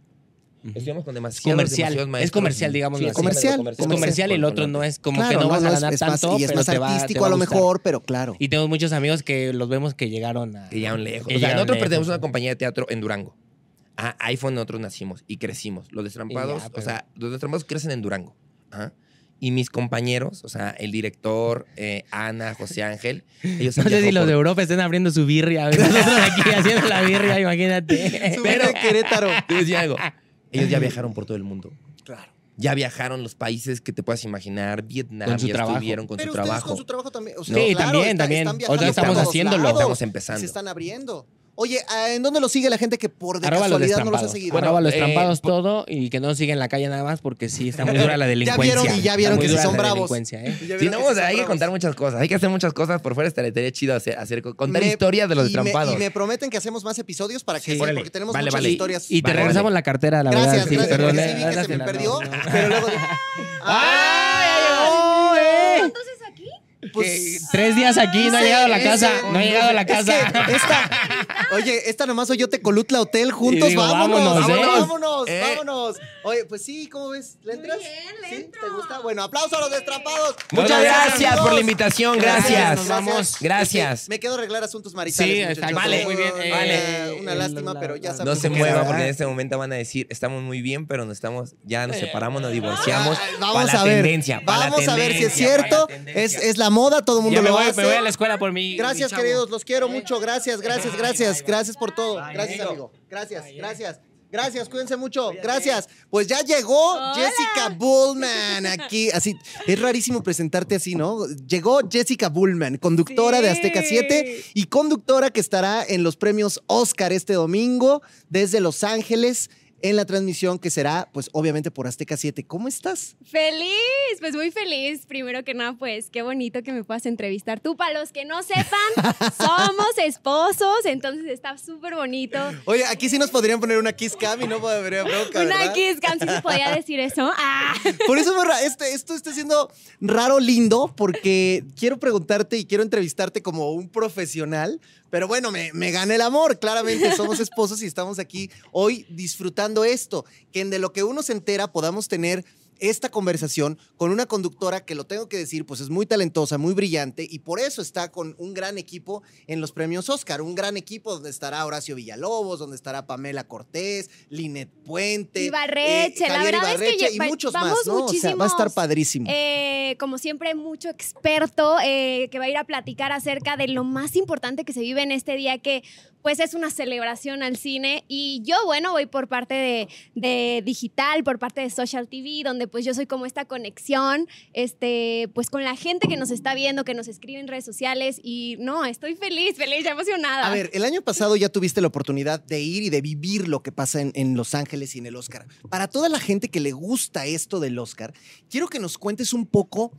S3: Estudiamos con demasiados,
S2: comercial.
S3: demasiados
S2: Es
S3: maestros.
S2: comercial, digámoslo así.
S1: Comercial,
S2: Es comercial y el otro no es como que
S1: Claro,
S2: no, vas a
S1: es-
S2: ganar
S1: es más-
S2: tanto.
S1: y es
S2: pero
S1: más
S2: te va- te
S1: artístico
S2: va
S1: a lo
S2: gustar.
S1: mejor, pero claro.
S2: Y tenemos muchos amigos que los vemos que llegaron a.
S3: Que llegaron lejos.
S2: que
S3: o sea,
S2: llegaron
S3: nosotros pertenecemos a
S2: lejos.
S3: una compañía de teatro en Durango. Ajá, ahí fue donde nosotros nacimos y crecimos. Los destrampados,
S2: Ya,
S3: o
S2: pero-
S3: sea, los destrampados crecen en Durango. Ajá. Y mis compañeros, o sea, el director, eh, Ana, José Ángel, ellos han
S2: No sé si
S3: viajado
S2: los
S3: por-
S2: de Europa estén abriendo su birria. Nosotros aquí haciendo la birria, imagínate.
S1: Pero Querétaro.
S3: Te voy a decir algo. Ellos ya viajaron por todo el mundo.
S1: Claro.
S3: Ya viajaron los países que te puedas imaginar. Vietnam,
S2: Con su
S3: ya
S2: trabajo.
S3: estuvieron con
S1: Pero
S3: su
S1: ustedes
S3: trabajo.
S1: con su trabajo también. o sea,
S2: No. Sí,
S1: claro,
S2: también,
S1: está-
S2: también.
S1: están
S2: O sea,
S1: viajando
S2: estamos
S1: por todos
S2: haciéndolo.
S1: lados,
S3: Estamos empezando.
S1: Se están abriendo. Oye, ¿a- ¿en dónde lo sigue la gente que por de
S2: Arroba los
S1: casualidad no los ha
S2: destrampados.
S1: seguido?
S2: Arroba los
S3: eh,
S2: destrampados
S3: por-
S2: todo y que no sigan la calle nada más porque sí está muy dura la delincuencia.
S1: vieron- y ya
S2: Está
S1: vieron
S2: muy
S1: que sí
S2: dura
S1: son
S2: la
S1: bravos.
S2: delincuencia, ¿eh?
S1: Ya
S3: Sí,
S1: vieron
S3: no,
S1: que
S3: o sea,
S1: son
S3: hay que
S1: bravos.
S3: contar muchas cosas. Hay que hacer muchas cosas. Por fuera estaría estaría chido hacer, hacer- contar
S1: Me-
S3: historias de los
S1: y me-
S3: destrampados.
S1: Y me prometen que hacemos más episodios para que
S3: Sí,
S1: sí,
S3: órale.
S1: porque tenemos
S3: Vale,
S1: muchas
S3: vale.
S1: historias.
S2: Y te
S3: Vale,
S2: regresamos
S3: vale.
S2: la cartera, la
S1: gracias,
S2: verdad. sí,
S1: gracias,
S2: perdón,
S1: porque sí
S2: eh,
S1: vi que se me
S2: dársela, no,
S1: perdió,
S2: no.
S1: pero luego dije,
S2: ¡Ah, ya llegó, eh!
S5: Entonces aquí,
S2: Que
S1: pues,
S2: Tres días aquí, no ha
S1: sí,
S2: llegado a la
S1: es
S2: casa.
S1: que-
S2: No ha llegado a la
S1: Es que
S2: casa.
S1: esta, oye, esta nomás soy yo Tecolutla Hotel juntos,
S2: Y digo,
S1: vámonos, vámonos,
S2: vámonos, ¿eh?
S1: vámonos,
S3: Eh.
S1: vámonos. Oye, pues sí, ¿cómo ves? ¿Le
S5: Muy
S1: entras?
S5: bien, le
S1: ¿Sí?
S5: entro.
S1: ¿Te gusta? Bueno, aplauso a los destrapados.
S3: Muchas gracias por la invitación, gracias.
S1: Nos
S2: vamos.
S3: Gracias.
S1: Es que Me quedo a arreglar asuntos maritales.
S2: Sí, está
S1: muchachos.
S2: vale, muy bien,
S1: Una-
S2: eh,
S1: una
S2: eh,
S1: lástima,
S2: la-
S1: pero ya
S2: la-
S1: sabemos.
S3: No se
S1: cómo
S3: mueva
S1: queda.
S3: porque en este momento van a decir, estamos muy bien, pero nos estamos, ya nos separamos, nos divorciamos.
S1: Ah,
S3: Pa'
S1: Vamos
S3: la
S1: a ver.
S3: tendencia, pa' la
S1: vamos a ver si es
S3: tendencia, pa' la
S1: cierto.
S3: tendencia.
S1: Es, es la moda, todo el mundo
S2: Ya me
S1: lo
S2: voy,
S1: hace.
S2: me voy a la escuela por mi.
S1: Gracias,
S2: mi chavo.
S1: queridos. Los quiero mucho. Gracias, gracias,
S2: Bye,
S1: gracias.
S2: bye, bye.
S1: Gracias por todo.
S2: Bye,
S1: Gracias,
S2: amigo.
S1: amigo. Gracias,
S2: Bye,
S1: gracias. Gracias, cuídense mucho. Gracias. Pues ya llegó Jessica Bullman aquí. Así, es rarísimo presentarte así, ¿no? Llegó Jessica Bullman, conductora de Azteca 7 y conductora que estará en los premios Oscar este domingo desde Los Ángeles en la transmisión que será, pues obviamente por Azteca 7. ¿Cómo estás?
S5: ¡Feliz! Pues muy feliz. Primero que nada, pues qué bonito que me puedas entrevistar tú. Para los que no sepan, somos esposos, entonces está súper bonito.
S1: Oye, aquí sí nos podrían poner una kiss cam y no podría bronca,
S5: Una
S1: ¿verdad?
S5: Kiss Cam, si se podía decir eso. Ah.
S1: Por eso me ra- este- esto está siendo raro, lindo, porque quiero preguntarte y quiero entrevistarte como un profesional, pero bueno, me, me gana el amor. Claramente somos esposos y estamos aquí hoy disfrutando esto, que de lo que uno se entera podamos tener esta conversación con una conductora que lo tengo que decir, pues es muy talentosa, muy brillante y por eso está con un gran equipo en los premios Oscar, un gran equipo donde estará Horacio Villalobos, donde estará Pamela Cortés, Linet Puente, eh,
S5: Ibarreche, la
S1: Javier
S5: verdad es que
S1: Ibarreche
S5: ya-
S1: y
S5: va-
S1: muchos
S5: vamos
S1: más, ¿no? O sea, va a estar
S5: muchísimos,
S1: padrísimo.
S5: Eh, como siempre, mucho experto eh, que va a ir a platicar acerca de lo más importante que se vive en este día, que pues es una celebración al cine. Y yo, bueno, voy por parte de, de digital, por parte de social TV, donde pues yo soy como esta conexión, este, pues con la gente que nos está viendo, que nos escribe en redes sociales. Y no, estoy feliz, feliz, ya emocionada.
S1: A ver, el año pasado ya tuviste la oportunidad de ir y de vivir lo que pasa en, en Los Ángeles y en el Oscar. Para toda la gente que le gusta esto del Oscar, quiero que nos cuentes un poco,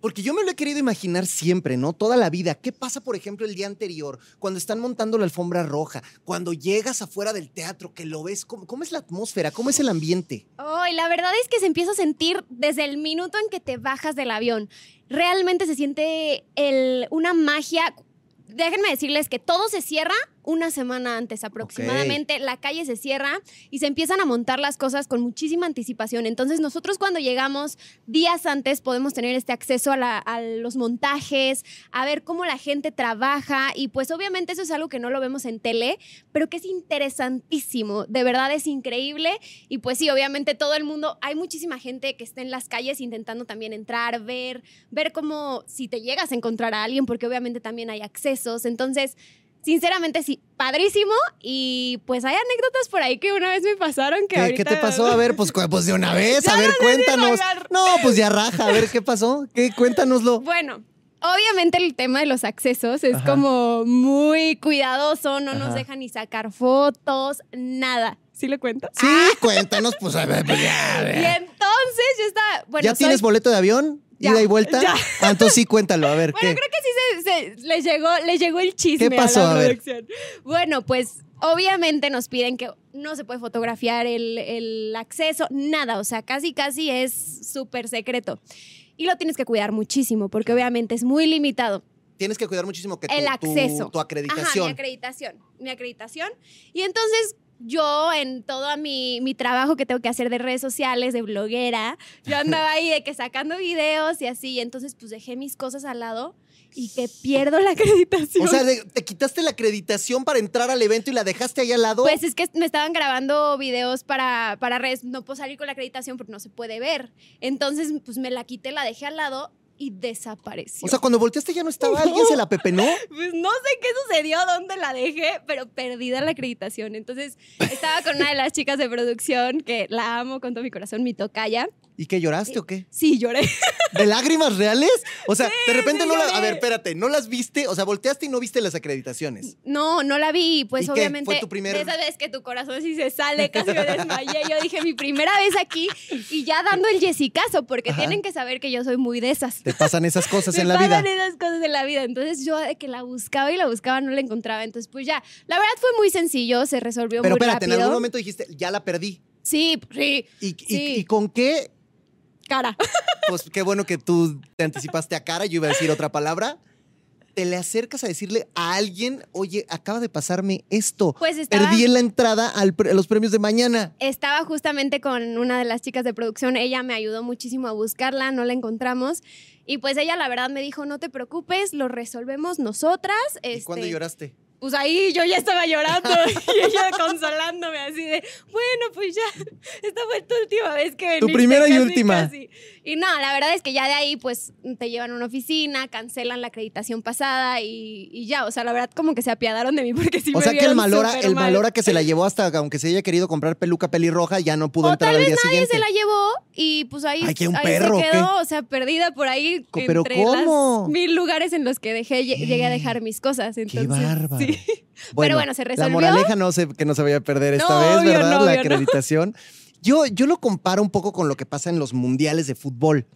S1: porque yo me lo he querido imaginar siempre, ¿no? Toda la vida. ¿Qué pasa, por ejemplo, el día anterior, cuando están montando la alfombra roja, cuando llegas afuera del teatro, que lo ves? ¿Cómo, cómo es la atmósfera? ¿Cómo es el ambiente?
S5: Oh, y la verdad es que se empieza a sentir desde el minuto en que te bajas del avión. Realmente se siente el- una magia. Déjenme decirles que todo se cierra una semana antes aproximadamente. La calle se cierra y se empiezan a montar las cosas con muchísima anticipación. Entonces nosotros cuando llegamos días antes podemos tener este acceso a, la- a los montajes, a ver cómo la gente trabaja y pues obviamente eso es algo que no lo vemos en tele, pero que es interesantísimo. De verdad es increíble y pues sí, obviamente todo el mundo, hay muchísima gente que está en las calles intentando también entrar, ver, ver cómo si te llegas a encontrar a alguien, porque obviamente también hay accesos. Entonces, sinceramente sí, padrísimo. Y pues hay anécdotas por ahí que una vez me pasaron que...
S1: ¿Qué,
S5: ahorita-
S1: qué te pasó? A ver, pues, cu- pues de una vez, a ver, cuéntanos.
S5: hablar.
S1: No, pues ya raja, a ver, ¿qué pasó? ¿Qué? Cuéntanoslo.
S5: Bueno. Obviamente el tema de los accesos es
S3: Ajá.
S5: como muy cuidadoso, no
S3: Ajá.
S5: nos dejan ni sacar fotos, nada. ¿Sí lo cuento?
S1: Sí, cuéntanos, pues a ver, pues ya, a ver.
S5: Y entonces yo estaba, bueno,
S1: ¿Ya tienes
S5: soy-
S1: boleto de avión?
S5: Ya,
S1: ¿Ida y vuelta?
S5: ya.
S1: Ah, entonces sí, cuéntalo, a ver,
S5: Bueno,
S1: ¿qué?
S5: creo que sí se, se- les, llegó, les llegó el chisme.
S1: ¿Qué pasó?
S5: A
S1: A
S5: la
S1: ver.
S5: producción. Bueno, pues obviamente nos piden que no se puede fotografiar el, el acceso, nada, o sea, casi, casi es súper secreto. Y lo tienes que cuidar muchísimo porque obviamente es muy limitado
S1: Tienes que cuidar muchísimo que tu,
S5: el
S1: tu-
S5: acceso.
S1: tu,
S5: Ajá, mi
S1: acreditación.
S5: acreditación. Mi acreditación. Y entonces yo en todo mi, mi trabajo que tengo que hacer de redes sociales, de bloguera, yo andaba ahí de que sacando videos y así, y entonces pues dejé mis cosas al lado y que pierdo la acreditación.
S1: o sea, de- te quitaste la acreditación para entrar al evento y la dejaste ahí al lado.
S5: pues es que me estaban grabando videos para, para redes, no puedo salir con la acreditación porque no se puede ver. Entonces pues me la quité, la dejé al lado y desapareció.
S1: o sea, cuando volteaste ya no estaba, alguien se la pepenó.
S5: Pues no sé qué sucedió, dónde la dejé, pero perdida la acreditación. Entonces estaba con una de las chicas de producción que la amo con todo mi corazón, mi tocaya.
S1: ¿Y qué lloraste o qué?
S5: Sí, lloré.
S1: ¿De lágrimas reales? O sea, de repente
S5: sí,
S1: no la.
S5: lloré.
S1: A ver, espérate, ¿no las viste? O sea, volteaste y no viste las acreditaciones.
S5: No, no la vi. Pues
S1: ¿Y qué?
S5: obviamente.
S1: ¿Fue tu primer-
S5: De esa vez que tu corazón sí se sale, casi me desmayé. Yo dije, mi primera vez aquí y ya dando el Jessicazo, porque
S1: Ajá.
S5: tienen que saber que yo soy muy de esas.
S1: Te pasan esas cosas
S5: Me
S1: en la vida.
S5: pasan esas cosas en la vida. Entonces yo de que la buscaba y la buscaba no la encontraba. Entonces pues ya, la verdad fue muy sencillo, se resolvió
S1: Pero
S5: muy
S1: espérate, en
S5: rápido.
S1: algún momento dijiste, ya la perdí.
S5: Sí, sí,
S1: ¿Y, y-
S5: Sí.
S1: y con qué?
S5: cara.
S1: Pues qué bueno que tú te anticipaste a cara, yo iba a decir otra palabra. Te le acercas a decirle a alguien, oye, acaba de pasarme esto.
S5: Pues estaba,
S1: Perdí en la entrada al pre- a los premios de mañana.
S5: estaba justamente con una de las chicas de producción. Ella me ayudó muchísimo a buscarla, no la encontramos. Y pues ella la verdad me dijo, no te preocupes, lo resolvemos nosotras.
S1: ¿Y cuándo
S5: este,
S1: lloraste?
S5: Pues ahí yo ya estaba llorando y ella consolándome así de, bueno, pues ya, esta fue tu última vez que
S1: Tu
S5: veniste.
S1: primera y
S5: casi,
S1: última.
S5: casi". Y no, la verdad es que ya de ahí, pues, te llevan a una oficina, cancelan la acreditación pasada y, y ya. O sea, la verdad, como que se apiadaron de mí porque sí
S1: O
S5: me
S1: sea que el
S5: vieron
S1: malora,
S5: súper
S1: el
S5: mal.
S1: malora que se la llevó hasta aunque se haya querido comprar peluca pelirroja, ya no pudo
S5: O
S1: entrar
S5: tal
S1: al
S5: vez
S1: día
S5: nadie
S1: siguiente.
S5: se la llevó y pues ahí,
S1: Ay, ¿qué, un
S5: ahí
S1: perro o
S5: se
S1: qué?
S5: quedó, o sea, perdida por ahí
S1: Co- ¿pero
S5: entre
S1: cómo?
S5: las mil lugares en los que dejé, lle- llegué a dejar mis cosas.
S1: Qué
S5: Entonces,
S1: bárbaro.
S5: sí. Pero bueno, se
S1: La
S5: resolvió.
S1: moraleja no se, que no se vaya a perder esta
S5: No,
S1: vez,
S5: obvio,
S1: ¿verdad?
S5: no,
S1: la
S5: obvio, no.
S1: acreditación. Yo, yo lo comparo un poco con lo que pasa en los mundiales de fútbol.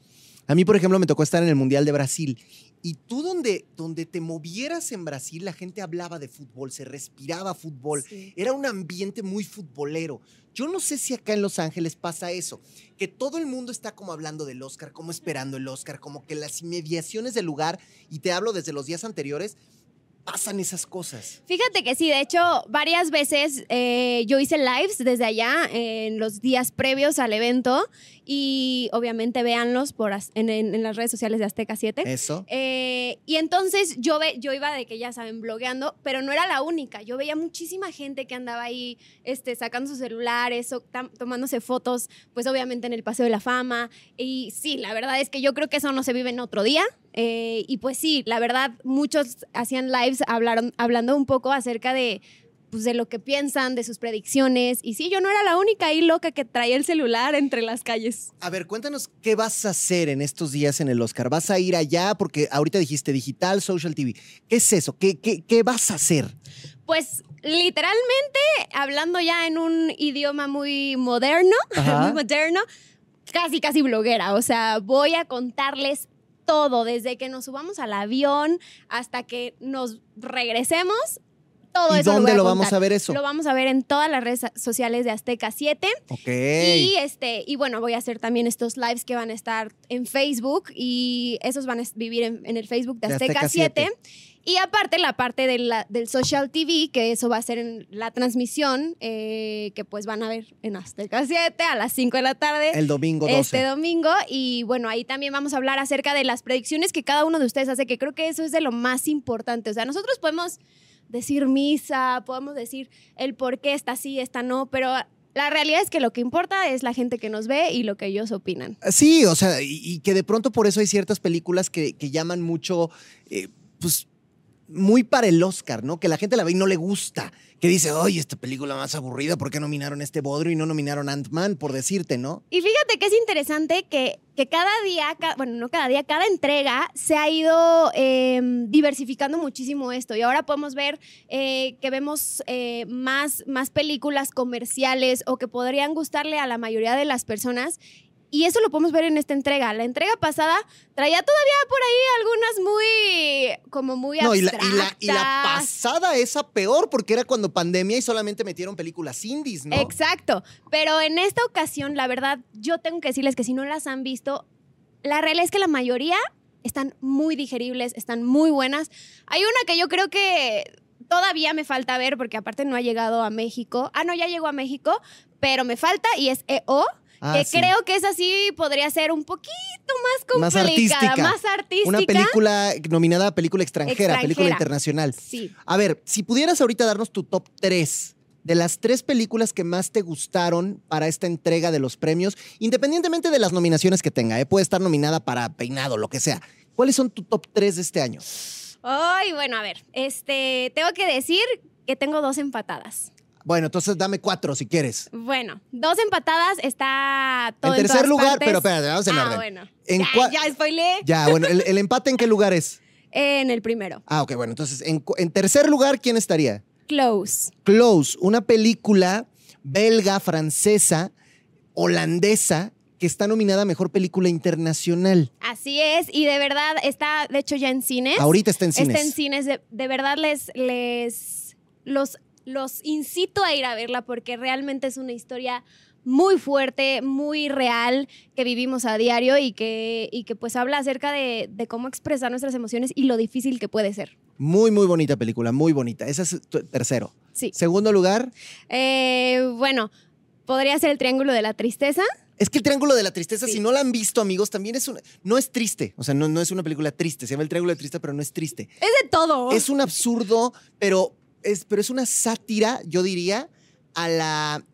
S1: A mí, por ejemplo, me tocó estar en el Mundial de Brasil. Y tú donde, donde te movieras en Brasil, la gente hablaba de fútbol, se respiraba fútbol.
S5: Sí.
S1: Era un ambiente muy futbolero. Yo no sé si acá en Los Ángeles pasa eso, que todo el mundo está como hablando del Oscar, como esperando el Oscar, como que las inmediaciones del lugar, y te hablo desde los días anteriores, pasan esas cosas.
S5: Fíjate que sí, de hecho, varias veces eh, yo hice lives desde allá en los días previos al evento y obviamente véanlos por az- en, en- en las redes sociales de Azteca 7.
S1: Eso.
S5: Eh, y entonces yo, ve, yo iba de que ya saben, blogueando, pero no era la única. Yo veía muchísima gente que andaba ahí este, sacando sus celulares, o tam- tomándose fotos, pues obviamente en el Paseo de la Fama. Y sí, la verdad es que yo creo que eso no se vive en otro día. Eh, y pues sí, la verdad, muchos hacían lives hablaron, hablando un poco acerca de, pues, de lo que piensan, de sus predicciones. Y sí, yo no era la única ahí loca que traía el celular entre las calles.
S1: A ver, cuéntanos qué vas a hacer en estos días en el Oscar. ¿Vas a ir allá? Porque ahorita dijiste digital, social TV. ¿Qué es eso? ¿Qué, qué, qué vas a hacer?
S5: Pues literalmente, hablando ya en un idioma muy moderno,
S1: Ajá.
S5: muy moderno, casi, casi bloguera. O sea, voy a contarles todo, desde que nos subamos al avión hasta que nos regresemos. Todo
S1: ¿Y
S5: eso
S1: dónde
S5: voy
S1: lo vamos a
S5: contar.
S1: ver eso?
S5: Lo vamos a ver en todas las redes sociales de Azteca 7.
S1: Ok.
S5: Y este, y bueno, voy a hacer también estos lives que van a estar en Facebook y esos van a es- vivir en, en el Facebook de
S1: De
S5: Azteca,
S1: Azteca
S5: 7. Y aparte la parte de la- del social TV, que eso va a ser en la transmisión eh, que pues van a ver en Azteca 7 a las 5 de la tarde.
S1: El domingo 12.
S5: este domingo y bueno, ahí también vamos a hablar acerca de las predicciones que cada uno de ustedes hace, que creo que eso es de lo más importante. O sea, nosotros podemos decir misa, podemos decir el por qué está sí, está no, pero la realidad es que lo que importa es la gente que nos ve y lo que ellos opinan.
S1: Sí, o sea, y, y que de pronto por eso hay ciertas películas que, que llaman mucho, eh, pues, muy para el Oscar, ¿no? Que la gente la ve y no le gusta. Que dice, oye, esta película más aburrida, ¿por qué nominaron este bodrio y no nominaron Ant-Man? Por decirte, ¿no?
S5: Y fíjate que es interesante que, que cada día, ca- bueno, no cada día, cada entrega se ha ido eh, diversificando muchísimo esto y ahora podemos ver eh, que vemos eh, más, más películas comerciales o que podrían gustarle a la mayoría de las personas. Y eso lo podemos ver en esta entrega. La entrega pasada traía todavía por ahí algunas muy, como muy
S1: No, y la,
S5: abstractas.
S1: y la- y la pasada esa peor, porque era cuando pandemia y solamente metieron películas indies, ¿no?
S5: Exacto. Pero en esta ocasión, la verdad, yo tengo que decirles que si no las han visto, la realidad es que la mayoría están muy digeribles, están muy buenas. Hay una que yo creo que todavía me falta ver porque aparte no ha llegado a México. Ah, no, ya llegó a México, pero me falta y es EO,
S1: Ah,
S5: que
S1: sí.
S5: creo que esa sí podría ser un poquito más
S1: Más
S5: complicada,
S1: artística.
S5: más artística.
S1: Una película nominada a película extranjera,
S5: Extranjera.
S1: película internacional.
S5: Sí.
S1: A ver, si pudieras ahorita darnos tu top 3 de las tres películas que más te gustaron para esta entrega de los premios, independientemente de las nominaciones que tenga, ¿eh? puede estar nominada para peinado, lo que sea. ¿Cuáles son tu top 3 de este año?
S5: Ay, bueno, a ver, este, tengo que decir que tengo dos empatadas.
S1: Bueno, entonces dame cuatro si quieres.
S5: Bueno, dos empatadas está todo
S1: en tercer
S5: todas
S1: lugar,
S5: partes.
S1: pero espérate, vamos en
S5: ah,
S1: orden.
S5: bueno.
S1: En cua-
S5: ya, ya spoileé.
S1: Ya, bueno, ¿el, el empate en qué lugar es?
S5: En el primero.
S1: Ah, ok, bueno, entonces en, cu- en tercer lugar, ¿quién estaría?
S5: Close.
S1: Close, una película belga, francesa, holandesa, que está nominada a Mejor Película Internacional.
S5: Así es. Y de verdad está, de hecho, ya en cines.
S1: Ahorita está en cines.
S5: Está en cines. De, de verdad les, les los, los incito a ir a verla porque realmente es una historia muy fuerte, muy real que vivimos a diario y que, y que pues habla acerca de, de cómo expresar nuestras emociones y lo difícil que puede ser.
S1: Muy, muy bonita película, muy bonita. Ese es tu- tercero.
S5: Sí.
S1: Segundo lugar,
S5: Eh, bueno, podría ser el Triángulo de la Tristeza.
S1: es que el Triángulo de la Tristeza,
S5: Sí.
S1: si no la han visto, amigos, también es una. No es triste. O sea, no, no es una película triste. Se llama El Triángulo de la Tristeza, pero no es triste.
S5: Es de todo.
S1: Es un absurdo, pero es, pero es una sátira, yo diría, a la.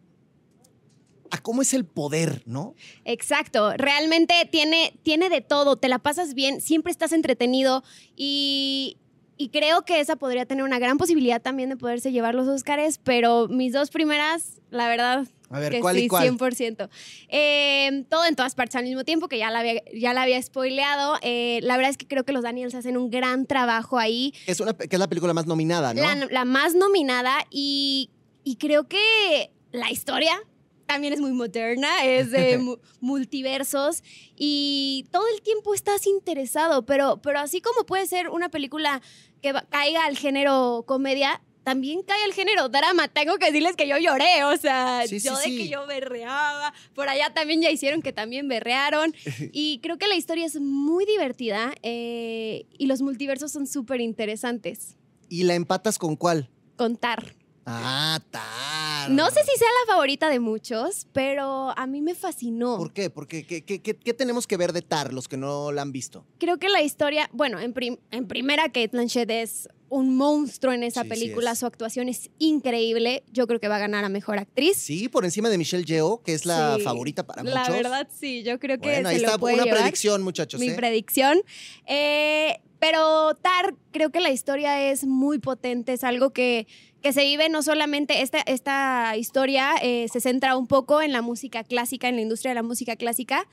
S1: a cómo es el poder, ¿no?
S5: Exacto, realmente tiene, tiene de todo, te la pasas bien, siempre estás entretenido y, y creo que esa podría tener una gran posibilidad también de poderse llevar los Óscares, pero mis dos primeras, la verdad,
S1: A ver,
S5: que
S1: ¿cuál
S5: sí,
S1: y cuál?
S5: 100%. Eh, todo en todas partes al mismo tiempo, que ya la había, ya la había spoileado. Eh, la verdad es que creo que los Daniels hacen un gran trabajo ahí.
S1: Es una, pe- que es la película más nominada, ¿no?
S5: La, la más nominada y, y creo que la historia también es muy moderna, es de mu- multiversos y todo el tiempo estás interesado, pero, pero así como puede ser una película que va- caiga al género comedia, también cae al género drama. Tengo que decirles que yo lloré, o sea,
S1: Sí, sí,
S5: yo de
S1: sí.
S5: que yo berreaba, por allá también ya hicieron que también berrearon y creo que la historia es muy divertida eh, y los multiversos son súper interesantes
S1: ¿Y la empatas con cuál?
S5: contar.
S1: Ah, tar.
S5: No sé si sea la favorita de muchos, pero a mí me fascinó.
S1: ¿Por qué? Porque ¿qué, qué, qué- qué tenemos que ver de Tar los que no la han visto?
S5: Creo que la historia, bueno, en, prim- en primera Kate Blanchett es un monstruo en esa
S1: Sí, sí
S5: película,
S1: es.
S5: su actuación es increíble, yo creo que va a ganar a mejor actriz.
S1: Sí, por encima de Michelle Yeoh, que es la
S5: Sí.
S1: favorita para
S5: La
S1: muchos.
S5: verdad sí, yo creo que
S1: bueno, ahí
S5: se lo
S1: está
S5: puede
S1: una
S5: llevar.
S1: predicción, muchachos.
S5: mi
S1: ¿eh?
S5: predicción. Eh, pero Tar, creo que la historia es muy potente, es algo que, que se vive no solamente, esta, esta historia eh, se centra un poco en la música clásica, en la industria de la música clásica,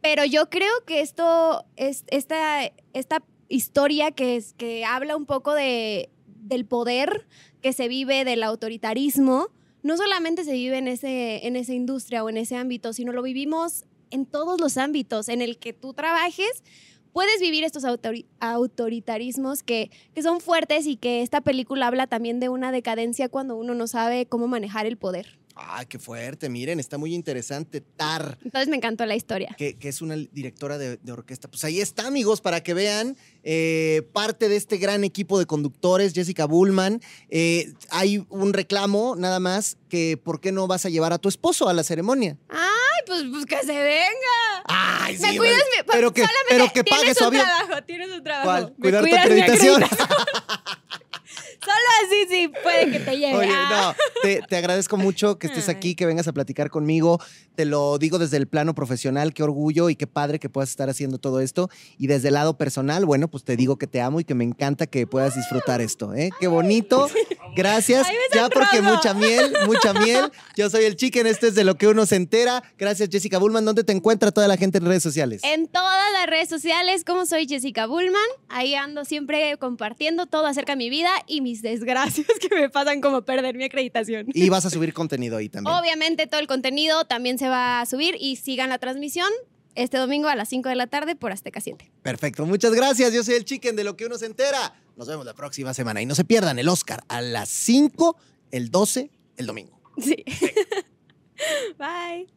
S5: pero yo creo que esto, es, esta, esta historia que, es, que habla un poco de, del poder que se vive, del autoritarismo, no solamente se vive en, ese, en esa industria o en ese ámbito, sino lo vivimos en todos los ámbitos en el que tú trabajes. Puedes vivir estos autori- autoritarismos que, que son fuertes y que esta película habla también de una decadencia cuando uno no sabe cómo manejar el poder.
S1: Ah, qué fuerte, miren, está muy interesante Tar,
S5: Entonces me encantó la historia.
S1: que, que es una directora de, de orquesta. Pues ahí está, amigos, para que vean eh, parte de este gran equipo de conductores, Jessica Bullman. Eh, hay un reclamo nada más que ¿por qué no vas a llevar a tu esposo a la ceremonia?
S5: Ay, pues, pues que se venga.
S1: Ay,
S5: Ah, me cuidas mi-
S1: pero que, pero que
S5: tienes
S1: pague su
S5: un
S1: avión.
S5: trabajo, tienes un trabajo.
S1: ¿Cuál?
S5: Me
S1: Cuidar tu
S5: cuidas mi
S1: acreditación.
S5: Solo así sí puede que te lleve.
S1: Oye,
S5: Ah,
S1: no, te, te agradezco mucho que estés
S5: Ay.
S1: aquí, que vengas a platicar conmigo. Te lo digo desde el plano profesional, qué orgullo y qué padre que puedas estar haciendo todo esto. Y desde el lado personal, bueno, pues te digo que te amo y que me encanta que puedas disfrutar esto. ¿eh? Qué bonito. Gracias.
S5: Ay, me
S1: Ya porque
S5: sonrojo.
S1: mucha miel, mucha miel. Yo soy el chicken, este es de lo que uno se entera. Gracias, Jessica Bullman. ¿Dónde te encuentra toda la gente en redes sociales?
S5: En todas las redes sociales, como soy Jessica Bullman, ahí ando siempre compartiendo todo acerca de mi vida y mis desgracias que me pasan como perder mi acreditación.
S1: Y vas a subir contenido ahí también.
S5: Obviamente todo el contenido también se va a subir y sigan la transmisión este domingo a las 5 de la tarde por Azteca 7.
S1: Perfecto, muchas gracias. Yo soy el chicken de lo que uno se entera. Nos vemos la próxima semana y no se pierdan el Oscar a las 5, el 12, el domingo.
S5: Sí. Bye.